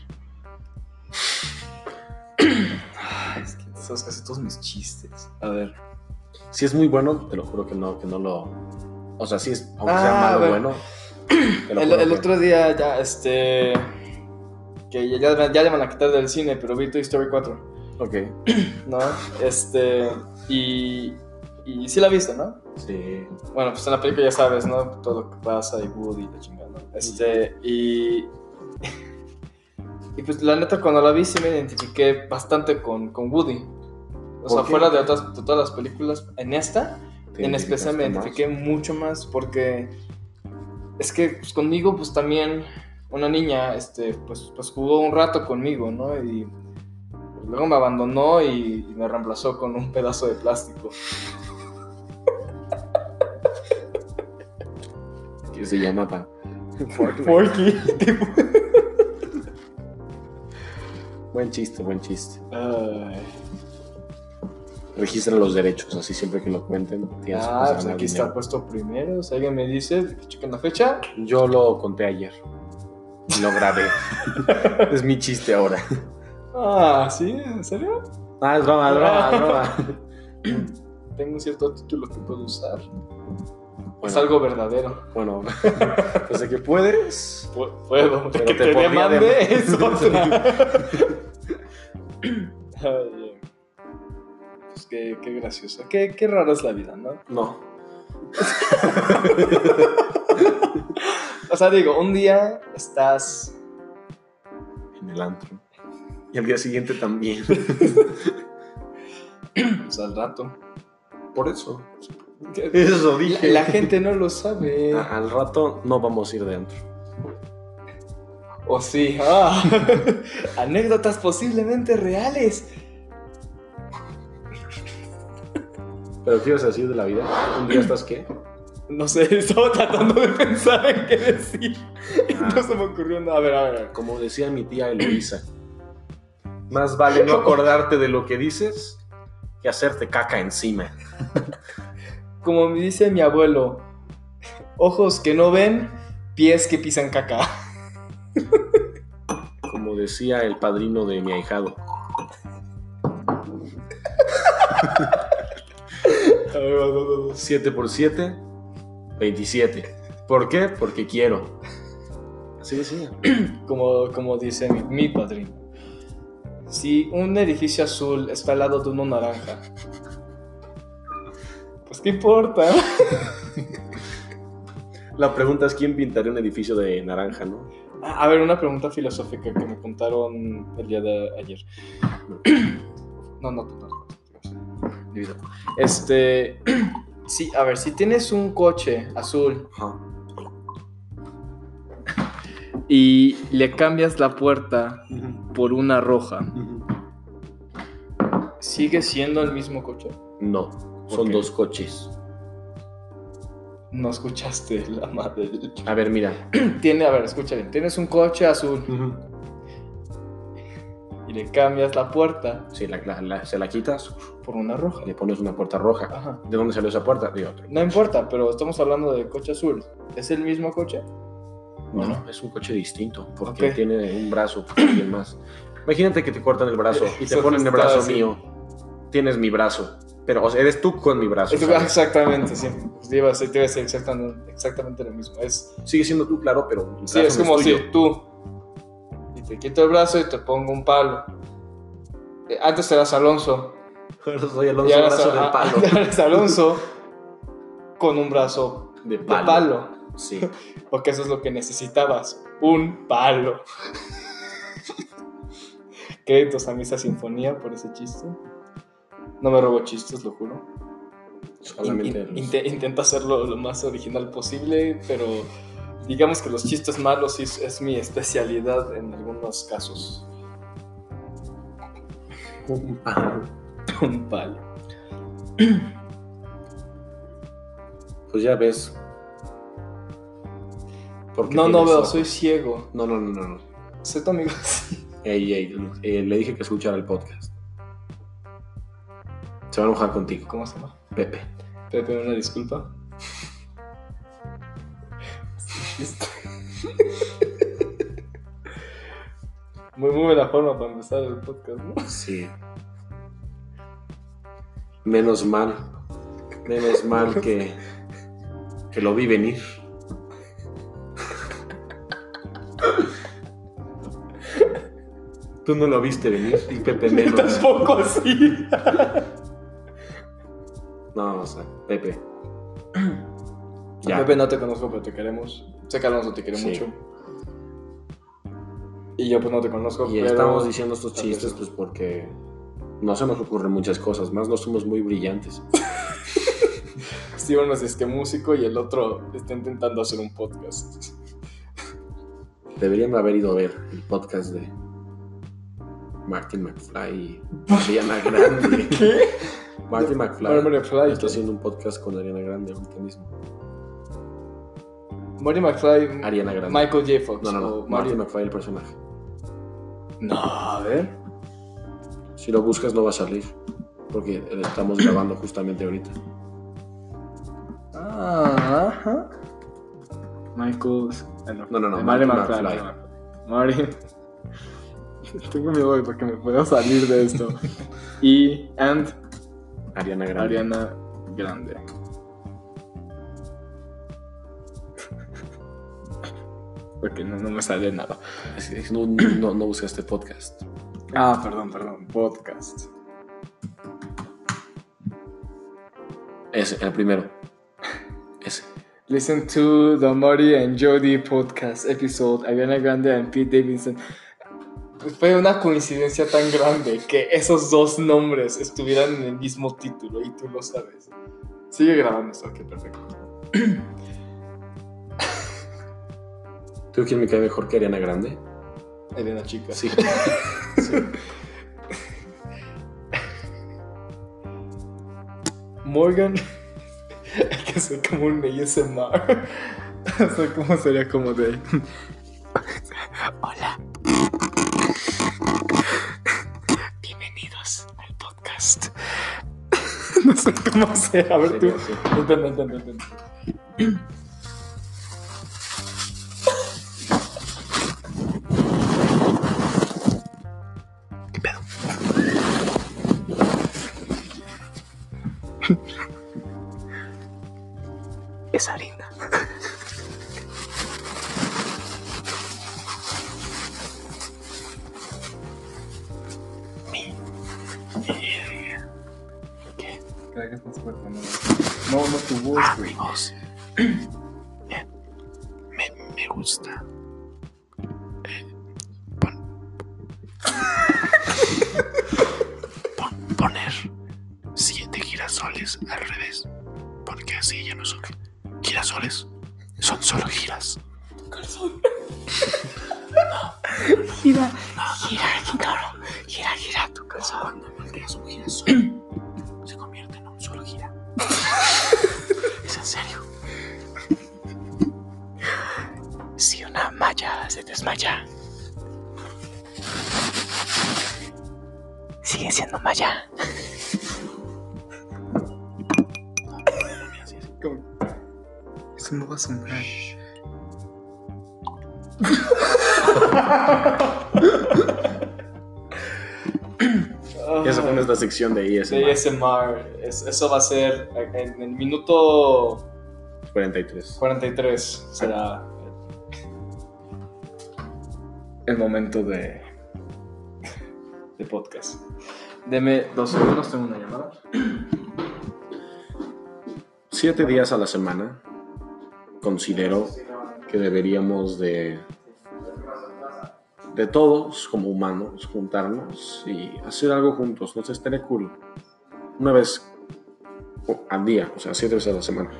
Ay, es que sabes casi todos mis chistes. A ver. Si es muy bueno, te lo juro que no, que no lo. O sea, si es, aunque Ah, sea a malo ver. <clears throat> bueno. te lo El, juro el que- otro día ya, este. Que ya, ya, ya le van a quitar del cine, pero vi Toy Story 4, Ok. ¿no? Este. Y. Y sí la viste, ¿no? Sí. Bueno, pues en la película ya sabes, ¿no? Todo lo que pasa y Woody y la chingada. ¿no? Este, y. Y pues la neta, cuando la vi, sí me identifiqué bastante con, con Woody. O ¿Por sea, qué? fuera de, otras, de todas las películas, en esta, ¿Te en especial me identificaste identifiqué mucho más porque. Es que pues, conmigo, pues también una niña, este, pues, pues jugó un rato conmigo, ¿no? Y. pues, Luego me abandonó y- y me reemplazó con un pedazo de plástico. más? Que se llama pa. <laughs> Porky. Buen chiste, buen chiste. Ay. Registra los derechos, así siempre que lo cuenten. tienes que Ah, pasar pues más aquí dinero. está puesto primero. Si alguien me dice, chequen la fecha. Yo lo conté ayer. Y Lo grabé. <laughs> es mi chiste ahora. Ah, sí, ¿en serio? Ah, es broma, es broma, es broma. <laughs> Tengo un cierto título que puedo usar. es Bueno, algo verdadero. Bueno, <laughs> desde que puedes. Pu- puedo. <laughs> Pero que te te, podría demande <laughs> demandar. <laughs> es otra. Ay, eh. pues qué, qué gracioso. Qué, qué rara es la vida, ¿no? No. <laughs> O sea, digo, un día estás. En el antro. Y al día siguiente también. Pues al rato. Por eso. ¿Qué- Eso La, dije. la gente no lo sabe. A- al rato no vamos a ir de antro. O sí. Ah. <laughs> Anécdotas posiblemente reales. Pero ¿qué ibas a decir de la vida? ¿Un día estás qué? No sé, <laughs> estaba tratando de pensar en qué decir. <laughs> Y Ah. no se me ocurrió nada. A ver, a ver, a ver. Como decía mi tía Eloisa. <clears throat> Más vale no acordarte de lo que dices que hacerte caca encima. Como me dice mi abuelo, ojos que no ven, pies que pisan caca. <laughs> Como decía el padrino de mi ahijado. A ver, va, va, va, va. 7 por 7, 27. ¿Por qué? Porque quiero. Así decía. Como, como dice mi, mi padrino. Si un edificio azul está al lado de uno naranja, pues qué importa. La pregunta es quién pintaría un edificio de naranja, ¿no? Ah, A ver, una pregunta filosófica que me contaron el día de ayer. <clears throat> No, no, no, no. Divido. Este. <clears throat> Sí, a ver, si tienes un coche azul Ajá. y le cambias la puerta por una roja, ¿sigue siendo el mismo coche? No, son qué? dos coches. No escuchaste la madre. A ver, mira. Tiene, a ver, escucha bien. Tienes un coche azul y le cambias la puerta Si la- la- la- se la quitas, por una roja. le pones una puerta roja. Ajá. ¿De dónde salió esa puerta? De otro. No importa, pero estamos hablando de coche azul. ¿Es el mismo coche? No, no, es un coche distinto, porque Ok. tiene un brazo para alguien más. Imagínate que te cortan el brazo y te Eh, Eso ponen el estaba brazo así. mío. Tienes mi brazo, pero o sea, eres tú con mi brazo. Es- ¿sabes? <laughs> exactamente, sí. Pues te iba a decir, te iba a decir exactamente, exactamente lo mismo. Es, Sigue siendo tú, claro, pero el sí, brazo es no como tuyo. si tú. Y te quito el brazo y te pongo un palo. Eh, Antes eras Alonso. Ahora soy y Alonso ahora brazo eres- del palo. <laughs> ahora eres Alonso con un brazo De de palo. Sí. Porque eso es lo que necesitabas. Un palo. <laughs> Créditos a Misa Sinfonía por ese chiste. No me robo chistes, lo juro. Solamente In- los- inte- intento hacerlo lo más original posible, pero digamos que los chistes malos es, es mi especialidad en algunos <laughs> casos. Un palo. Un palo. Pues ya ves, Porque No, no tienes veo, ojos. soy ciego. No, no, no, no. no. Soy tu amigo. <laughs> Ey, ey, eh, le dije que escuchara el podcast. Se va a enojar contigo, ¿Cómo se llama? Pepe. Pepe, una disculpa. Muy, muy buena forma para empezar el podcast, ¿no? Sí. Menos mal. Menos mal que, que lo vi venir. Tú no lo viste venir y Pepe menos. <laughs> Tampoco así. No, o sea, <clears throat> Pepe. Ya. Pepe, no te conozco, pero te queremos. Sé que Alonso te quiere Sí. mucho. Y yo, pues, no te conozco, Y pero... estamos diciendo estos Tal vez chistes no. pues porque no se nos ocurren muchas cosas, más no somos muy brillantes. Sí, uno es disque músico y el otro está intentando hacer un podcast. Deberían haber ido a ver el podcast de Martin <laughs> McFly y Ariana <laughs> Grande. ¿Qué? Martin Marty McFly McFly. está haciendo un podcast con Ariana Grande ahorita mismo. Marty McFly. Ariana Grande. Michael J. Fox. No, no, no. o Mario- Martin McFly el personaje. No, a ver. Si lo buscas no va a salir porque estamos grabando justamente ahorita. Ah, ajá. Michael. ah, No, no, no, Marty Marty McFly. McFly. Marty. McFly. <laughs> Tengo miedo de porque me puedo salir de <laughs> esto. y. And. Ariana Grande. Ariana Grande. <laughs> Porque no, no me sale nada. Es- es- No, no, no buscaste podcast. Ah, perdón, perdón. Podcast. Ese, el primero. Ese. Listen to the Marty and Jody podcast episode, Ariana Grande and Pete Davidson. Fue una coincidencia tan grande que esos dos nombres estuvieran en el mismo título y tú lo sabes. Sigue grabando esto, ok, perfecto. ¿Tú quién me cae mejor que Ariana Grande? Elena Chica. Sí. Morgan. <laughs> Hay que hacer como un ASMR. <laughs> O sea, ¿cómo sería como de. Hola. Bienvenidos al podcast. <laughs> No sé cómo sea. A ver, tú. Sería así. Intenta, intenta, intenta. es harina. Que hagas más fuerte, no. No, no tu voz, güey. Os- Eh, me, me gusta. Eh, pon- pon- poner siete girasoles al revés. Porque así ya no son girasoles. Son solo giras. Gira, gira, gira, gira tu calzón. Cuando volteas un girasol, se convierte en un solo <laughs> gira. ¿Es en serio? Si una malla se desmaya, sigue siendo malla. ¿Cómo? Eso no va a sonar. Esa Ah, fue nuestra sección de IS. de ASMR. Es- eso va a ser en el minuto 43. 43. Será el momento de, de podcast. Deme dos segundos, tengo una llamada. Siete días a la semana considero que deberíamos de de todos como humanos juntarnos y hacer algo juntos. No sé, estaría cool. Una vez o- al día, o sea, siete veces a la semana.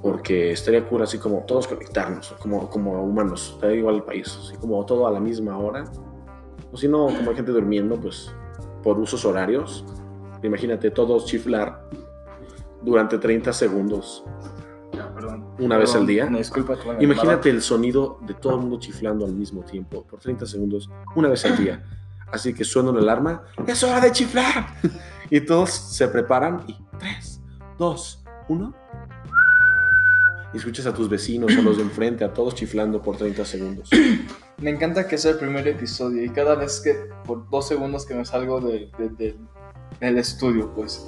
Porque estaría cool así como todos conectarnos, como, como humanos, da igual el país, así como todo a la misma hora. O si no, como hay gente durmiendo, pues por usos horarios. Imagínate todos chiflar durante 30 segundos. Ya, perdón. una vez Perdón, al día. Una disculpa. tuve una Imagínate el sonido de todo el mundo chiflando al mismo tiempo, por 30 segundos, una vez al día. Así que suena la alarma, ¡es hora de chiflar! Y todos se preparan y 3, 2, 1. Y escuchas a tus vecinos, a los de enfrente, a todos chiflando por 30 segundos. llamada. Me encanta que sea el primer episodio y cada vez que por dos segundos que me salgo de- de- de- del estudio, pues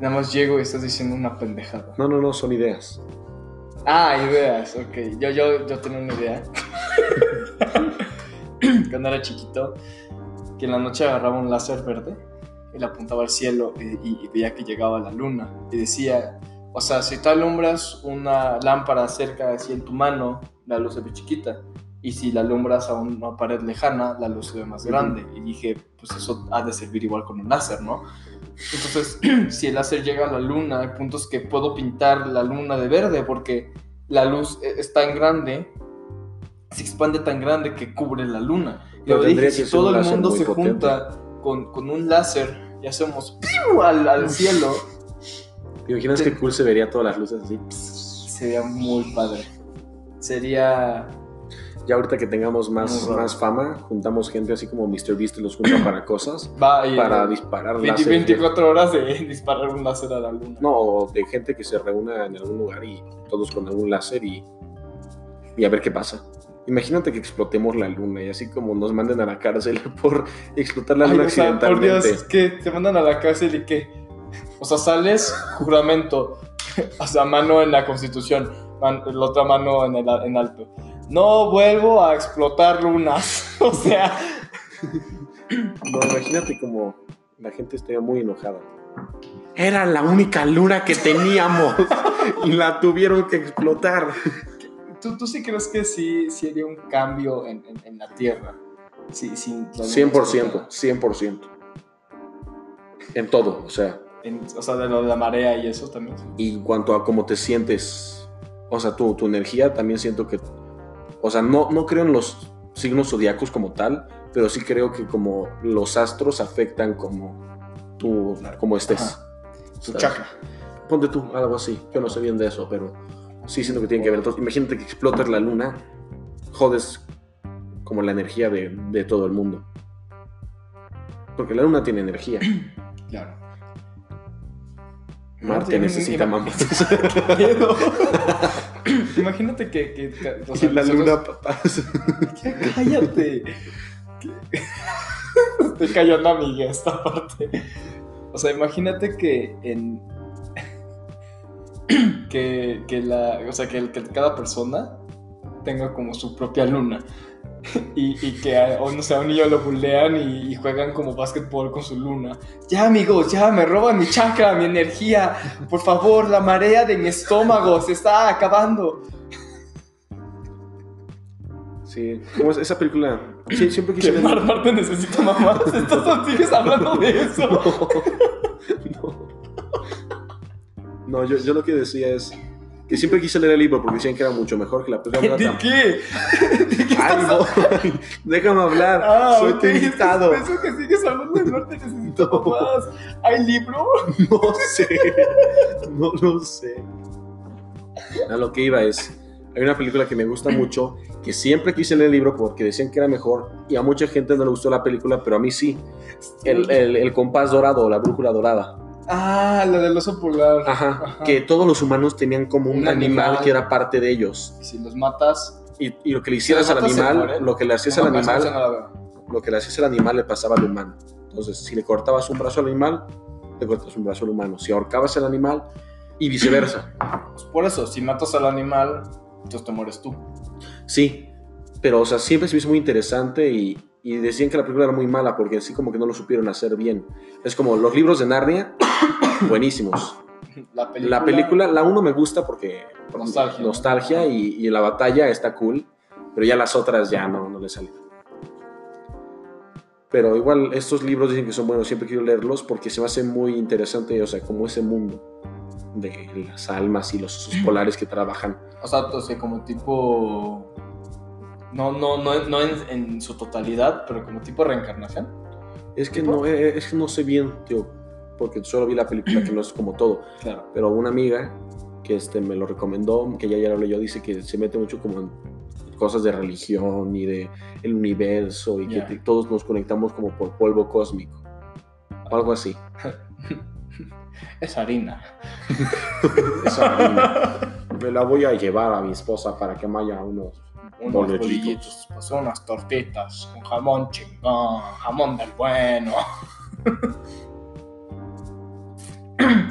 nada más llego y estás diciendo una pendejada. No, no, no, son ideas. Ah, ideas, ok. Yo, yo, yo tenía una idea. <laughs> Cuando era chiquito, que en la noche agarraba un láser verde y le apuntaba al cielo y, y- y veía que llegaba la luna. Y decía, o sea, si tú alumbras una lámpara cerca, así en tu mano, la luz se ve chiquita. Y si la alumbras a una pared lejana, la luz se ve más grande. Y dije, pues eso ha de servir igual con un láser, ¿no? Entonces, <clears throat> si el láser llega a la luna, hay puntos que puedo pintar la luna de verde porque la luz e- es tan grande, se expande tan grande que cubre la luna. Y Pero luego tendría dije, que si ser un todo el láser mundo muy se potente. junta con, con un láser y hacemos ¡piu! al, al cielo, ¿Te imaginas que cool se vería todas las luces así? sería muy padre. Sería... Ya ahorita que tengamos más, Muy raro. más fama, juntamos gente así como Mr. Beast y los junta para cosas, Va, y- para disparar 20 láseres. 24 horas de <laughs> disparar un láser a la luna. No, o de gente que se reúna en algún lugar y todos con algún láser y, y a ver qué pasa. Imagínate que explotemos la luna y así como nos manden a la cárcel <laughs> por explotar la Ay, luna o sea, por accidentalmente. Dios, es que te mandan a la cárcel y que. O sea, sales, juramento. <laughs> O sea, mano en la constitución, man- la otra mano en, el, a- en alto. No vuelvo a explotar lunas. <laughs> O sea, No, imagínate como la gente estaría muy enojada. Era la única luna que teníamos <laughs> y la tuvieron que explotar. ¿tú, tú sí crees que sí, sí haría un cambio en, en- en la tierra? Sí, sí, la luna 100%, explotada. 100%. En todo, o sea, En- o sea, de lo de la marea y eso también. Y en cuanto a cómo te sientes, o sea, tu, tu energía, también siento que, o sea, no, no creo en los signos zodiacos como tal, pero sí creo que como los astros afectan como tú, como estés. Ajá. Su ¿Sabes? chakra. Ponte tú, algo así. Yo no sé bien de eso, pero sí siento que tiene que ver. Entonces, imagínate que explotas la luna, jodes como la energía de, de todo el mundo. Porque la luna <clears throat> tiene energía. Claro. Marte tiene- necesita ima- mamás. <laughs> Miedo. Imagínate que. que- que- <laughs> o sea, nosotros- papás. Ya cállate. Estoy callando, amiga, esta parte. O sea, imagínate que en. que, que la. O sea, que, el- que cada persona tenga como su propia luna. Y, y que a, o no sé, a un niño lo bulean y, y juegan como básquetbol con su luna. Ya, amigos, ya me roban mi chakra, mi energía. Por favor, la marea de mi estómago se está acabando. Sí, ¿cómo es esa película? Sí, siempre Que quise ver. Mar Marte necesita mamás. <laughs> Estás sigues hablando de eso. No, no. No, yo, yo lo que decía es que siempre quise leer el libro porque decían que era mucho mejor que la película. ¿De qué? <laughs> Ay, no. <laughs> Déjame hablar. Ah, Soy ok, <laughs> tu invitado. es que Eso que sigues hablando del norte necesito No. más. ¿Hay libro? No sé. No lo sé. A lo que iba es. Hay una película que me gusta mucho, que siempre quise leer el libro porque decían que era mejor y a mucha gente no le gustó la película, pero a mí sí. El, el- el compás dorado, la brújula dorada. Ah, la del oso polar. Ajá, Ajá. que todos los humanos tenían como un, Un animal, animal. que era parte de ellos. Si los matas. Y, y lo que le hicieras Si al lo matas, se muere. animal, lo que le hacías no, al no, eso animal, no la veo. lo que le hacías al animal le pasaba al humano. Entonces, si le cortabas un brazo al animal, le cortas un brazo al humano. Si ahorcabas al animal y viceversa. Pues por eso, si matas al animal, entonces te mueres tú. Sí, pero o sea, siempre se me hizo muy interesante y, y decían que la película era muy mala porque así como que no lo supieron hacer bien. Es como los libros de Narnia, <coughs> buenísimos. La película. La película, la 1 me gusta porque por Nostalgia. nostalgia y, y la batalla está cool, pero ya las otras ya no, no le salen. Pero igual estos libros dicen que son buenos, siempre quiero leerlos porque se me hace muy interesante, o sea, como ese mundo de las almas y los osos polares que trabajan. O sea, o sea, como tipo. No, no, no, no en, en su totalidad, pero como tipo reencarnación. Es que no, eh, es que no sé bien, tío, porque solo vi la película que no es como todo. Claro. Pero una amiga que que este, me lo recomendó, que ya, ya lo leyó, dice que se mete mucho como en cosas de religión y de el universo y Ya. que te- todos nos conectamos como por polvo cósmico. O algo así. Es harina. Eso a mí me la voy a llevar a mi esposa para que me haya unos... Unos Boletitos. bolillitos, pues, unas tortitas con jamón chingón, jamón del bueno. <laughs>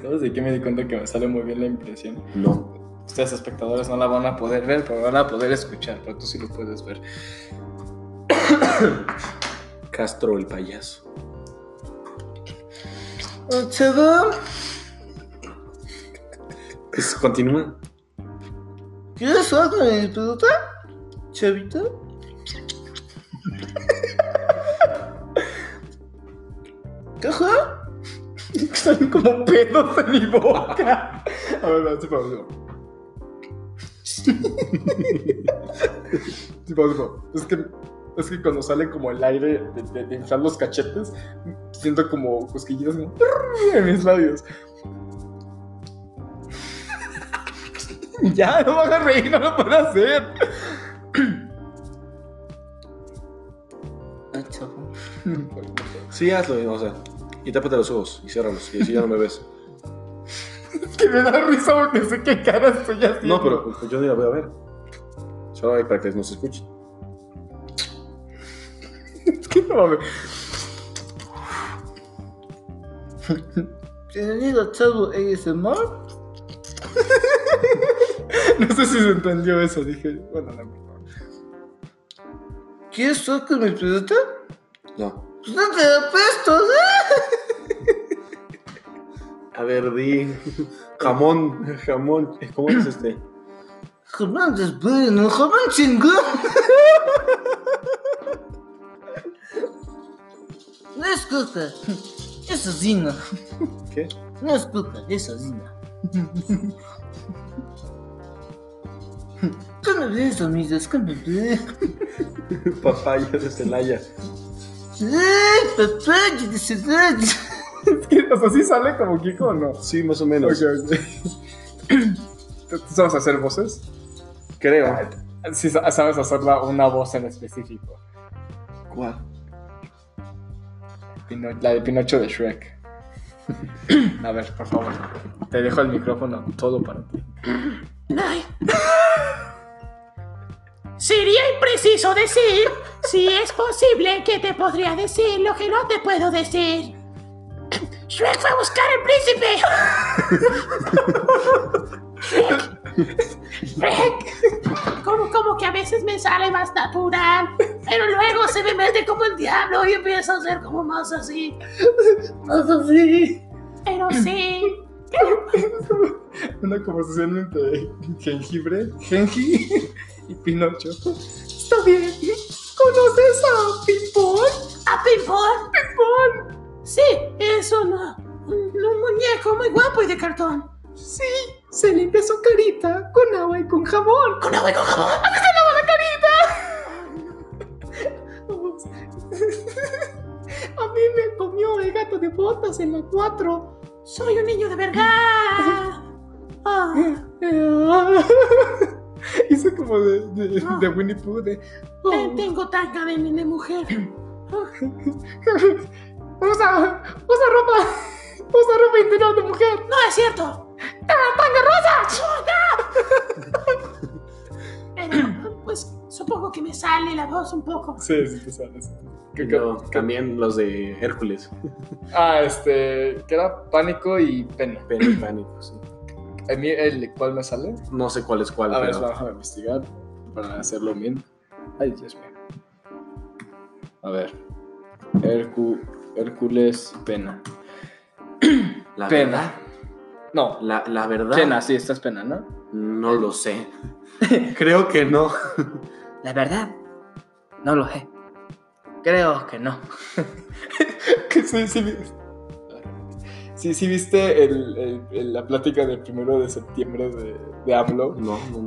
¿Sabes de qué me di cuenta que me sale muy bien la impresión? No. Ustedes espectadores no la van a poder ver, pero van a poder escuchar, pero tú sí lo puedes ver. Castro el payaso. Pues, continúa. ¿Quieres jugar con mi pelota? Chavita. ¿Qué juega? Salen como pedos de mi boca. A ver, no, sí, pausa. Sí, pausa. Es que, es que cuando sale como el aire de, de- de inflar los cachetes, siento como cosquillitas como en mis labios. ya, no me hagas reír, no lo puedo hacer. Ah, chavo. Sí, hazlo, o sea, y tápate los ojos y ciérralos, y así ya no me ves. Es que me da risa porque sé qué cara estoy haciendo. <laughs> No, pero pues, yo ni la voy a ver. Solo hay para que nos escuchen. Es que no mames. ¿Bienvenido a Chavo ASMR? <laughs> No sé si se entendió eso. Dije, bueno, no, por favor. ¿Quieres jugar con mi pelota? No. Pues no te la presto, A ver, di. Jamón, jamón. ¿Cómo es este? Jamón es bueno, jamón chingón. <laughs> No es coca, <laughs> es asina. ¿Qué? No es coca, es asina. <laughs> ¿Qué me ves, amigos? ¿Qué me ves? Papaya de Celaya. ¡Ay, papaya de ciudad! Es que, o sea, sí sale como Kiko o no. Sí, más o menos. Ok, ok. ¿Tú tú sabes hacer voces? Ah, Creo. Sí, sa- sabes hacerla una voz en específico. ¿Cuál? Pino- la de Pinocho de Shrek. A ver, por favor. Te dejo el micrófono todo para ti. Ay. Sería impreciso decir si es posible que te podría decir lo que no te puedo decir. Shrek fue a buscar al príncipe. Shrek. Shrek. Como, como que a veces me sale más natural, pero luego se me mete como el diablo y empiezo a ser como más así. Más así. Pero sí. Una conversación entre jengibre, genji y Pinocho. Está bien. ¿Conoces a Pimpón? ¿A Pimpón? ¡Pimpón! Sí, es una- un, un muñeco muy guapo y de cartón. Sí. Se limpia su carita con agua y con jabón. ¡Ah, ¡Con agua y con jabón! A mí me comió el gato de botas en la 4. ¡Soy un niño de verdad! Mm. Ah, <laughs> Hice como de, de, de Winnie Pooh de... te- Oh. tengo tanga de, de mujer. usa, usa ropa, usa ropa interior de mujer. ¡No es cierto! ¡Tanga rosa! Pero, pues, supongo que me sale la voz un poco. Sí, sí, tú sabes. Que- que- No, que- también los de Hércules. ah, este, que era pánico y pena. Pero el pánico, sí. A mí, ¿el cuál me sale? No sé cuál es cuál, A ver, pero. vamos a investigar para hacerlo bien. Ay, Dios mío. A ver. Hercu- Hércules, pena. La Pena. Ah, No, verdad- La, la verdad. pena, sí, estás pena, ¿no? No lo sé. Creo que <laughs> no. La verdad, no lo sé. Creo que no. <laughs> Que sí, sí, vi- sí, sí viste el- el- el- la plática del primero de septiembre de, de AMLO. No, no, no.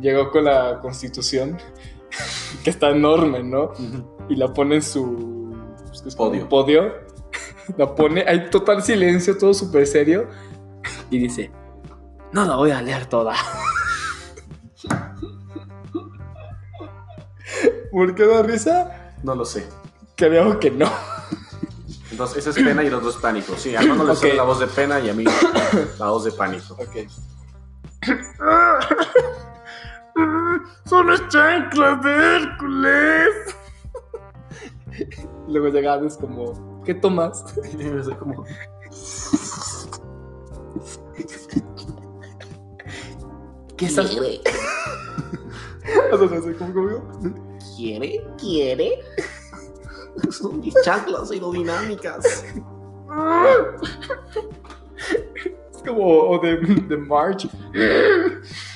Llegó con la constitución, que está enorme, ¿no? Y la pone en su pues, que es como Podio. un podio. La pone, hay total silencio, todo súper serio. y dice, no la voy a <laughs> leer toda. ¿Por qué da risa? No lo sé. Creo que no. Entonces, esa es pena y los dos pánicos. Sí, a Armando le Ok. sale la voz de pena y a mí la voz de <laughs> pánico. Ok. Son las chanclas de Hércules. Luego llega Hades como, ¿qué tomas? Yo soy como, ¿Qué estás? <laughs> O sea, soy como conmigo. ¿Quiere? ¿Quiere? Son mis chanclas aerodinámicas. <laughs> Es como, o de, de March. <laughs>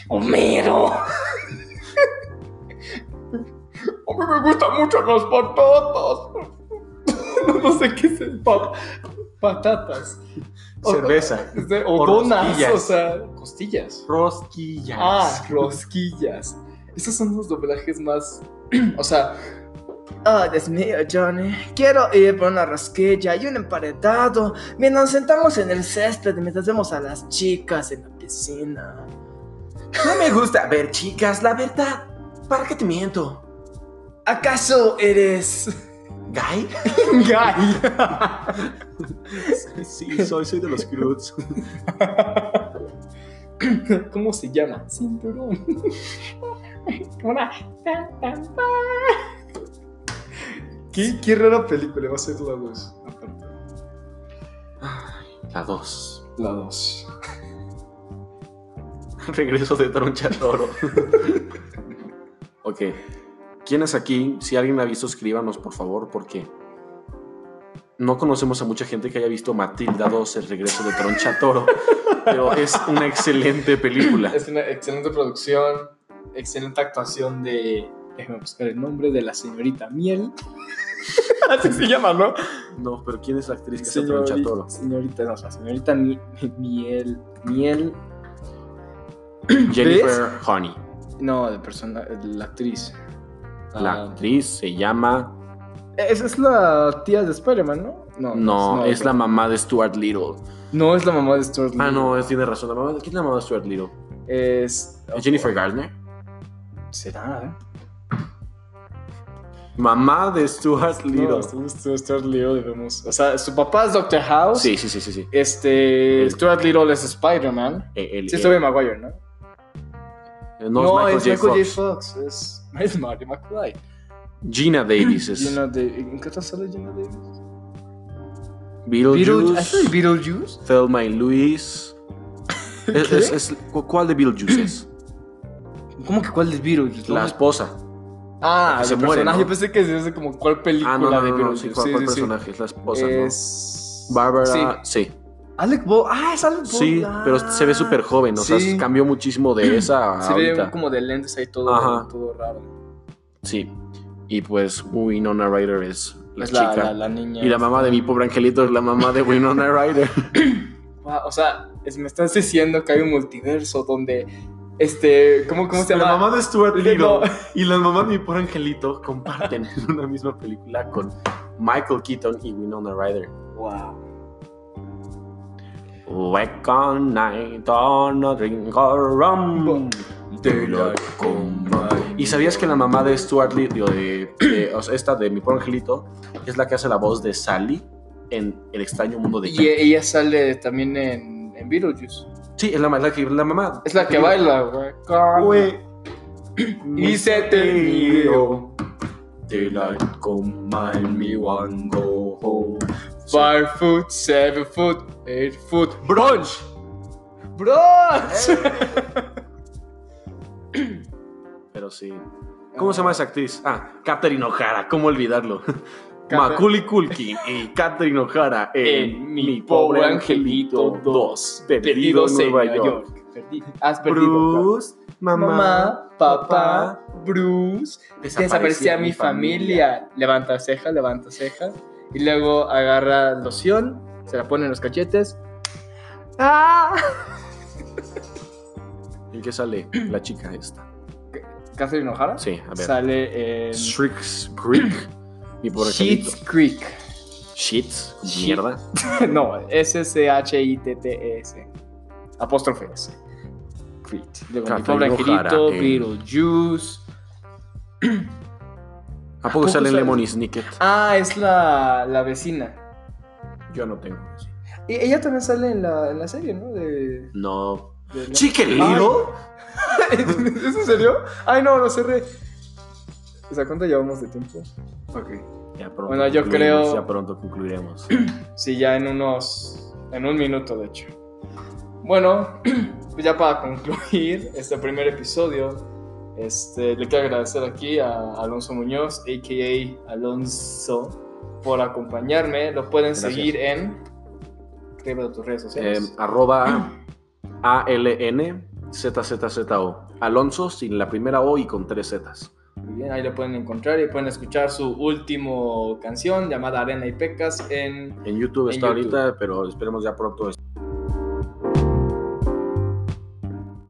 Homero. A mí me gustan mucho las patatas. <laughs> no sé qué es el pap- patatas. O- cerveza. es de- o O donas, rosquillas. o sea, costillas. Rosquillas. Ah, rosquillas. Esos son los doblajes más. <clears throat> o sea, Oh, Dios mío, Johnny. Quiero ir por una rasquilla y un emparedado. Mientras nos sentamos en el césped, mientras vemos a las chicas en la piscina. No me gusta. A ver, chicas, la verdad. ¿Para qué te miento? ¿Acaso eres <laughs> ¿Guy? gay. Sí, soy, soy de los Croods. ¿Cómo se llama? Cinturón. Hola. Tan, tan, tan. ¿Qué, qué rara película va a ser la 2. La dos. La 2. <laughs> Regreso de Tronchatoro. ok. ¿Quién es aquí? Si alguien la ha visto, escríbanos, por favor, porque no conocemos a mucha gente que haya visto Matilda 2, El regreso de Tronchatoro. pero es una excelente película. Es una excelente producción, excelente actuación de. Déjame buscar el nombre de la señorita Miel. <laughs> Así se llama, ¿no? No, pero ¿quién es la actriz que hace Señorita, Tronchatoro? señorita, no, la señorita Mi- Miel. Miel. Jennifer Honey. No, de persona, la actriz. La Ah, actriz se llama. es, es la tía de Spider-Man, ¿no? No, es la mamá. mamá de Stuart Little. No es la mamá de Stuart Ah, Little. no, es- tiene razón. La mamá, ¿Quién es la mamá de Stuart Little? Es. ¿Es Jennifer Gardner? ¿Será? Mamá de Stuart eh? No, Little. Stuart, Stuart- Stuart Little, vemos. O sea, su papá es Doctor House. Sí, sí, sí, sí. sí. Este. El- Stuart Little es Spider-Man. Eh, el- Sí, eh, es Tobey Maguire, ¿no? no, es Michael, J. Fox. Fox. Es, es Marty McFly. Gina Davis es Gina Davis. ¿En qué otra sale Gina Davis? Beetlejuice. ¿Ah, sale Beetlejuice. Beetlejuice? Thelma <laughs> y Luis. Es- ¿Qué? es- es- ¿cu- ¿Cuál de Beetlejuice es? ¿Cómo que cuál es Beetlejuice? La ¿Cómo? esposa. Ah, que de se muere, personaje. ¿no? Yo pensé que es de como cuál película Ah, no, no, de no, no, Beetlejuice. sí, ¿cuál, cuál personaje? Es la esposa, Es. ¿no? Bárbara. Sí. Sí, Alec Ball. Ah, es Alec Ball. sí, pero se ve súper joven. O Sí. sea, cambió muchísimo <clears throat> de esa a Se ahorita. ve como de lentes ahí todo, Ajá. todo raro. Sí. Y pues Winona Ryder es la Es chica. La, la niña. y la mamá de mi pobre angelito es la mamá <laughs> de Winona Ryder. Wow, Ah, o sea, es- me estás diciendo que hay un multiverso donde. Este. ¿Cómo, cómo se llama? La mamá de Stuart Little No. y la mamá de mi pobre angelito comparten <laughs> una misma película con Michael Keaton y Winona Ryder. <laughs> Wow. Wake on night on a drink of rum. Daylight come by. ¿Y sabías que la mamá de Stuart Little, de, de- o sea, esta de mi pobre angelito, es la que hace la voz de Sally en El extraño mundo de Y Jack? e- ella sale también en, en Beetlejuice. Sí, es la, ma- la que- la mamá. Es la que baila, güey. Güey. Y se terminó. Daylight come by me one go home. Five foot, seven foot, eight foot. Brunch. ¡Bros! Pero sí. ¿Cómo se llama esa actriz? Ah, Katherine O'Hara, ¿cómo olvidarlo? Maculi Culkin y Katherine O'Hara en, Mi Pobre Angelito 2, Perdidos en Nueva York. Perdi- Has perdido. Bruce, mamá, Mamá, papá, papá, Bruce. Desaparecía mi familia. Levanta ceja, levanta ceja. Y luego agarra loción, se la pone en los cachetes. ¡Ah! ¿En qué sale la chica esta? Catherine O'Hara Sí, a ver. sale en Strix <clears throat> Creek, Mi Pobre Angelito. Sheets Creek. <laughs> Shits, como Shit. mierda. E no, S-C-H-I-T-T-E-S. Apóstrofe S. Creed. Digo, mi Café pobre Ojara, angelito, eh. Beetlejuice. ¿A poco ¿A sale poco Lemony Snicket? Ah, es la, la vecina. Yo no tengo. eso. Y ella también sale en la, en la serie, ¿no? De, No. Ah. de- Chicken Little. <laughs> ¿Es en serio? Ay, no, lo cerré. O sea, ¿cuánto llevamos de tiempo? Ok. Ya pronto Bueno, yo concluiremos, creo- Ya pronto <clears throat> concluiremos. Eh, Sí, ya en unos. En un minuto, de hecho. Bueno, <clears throat> pues ya para concluir <laughs> este primer episodio, este, le quiero agradecer aquí a Alonso Muñoz, a.k.a. Alonso, por acompañarme. Lo pueden Gracias. seguir en. Escribe tus redes Eh, sociales. arroba ALNZZZO. Alonso sin la primera O y con tres Zs. Muy bien, ahí lo pueden encontrar y pueden escuchar su último canción llamada Arena y Pecas en En YouTube En está YouTube. ahorita, pero esperemos ya pronto. estar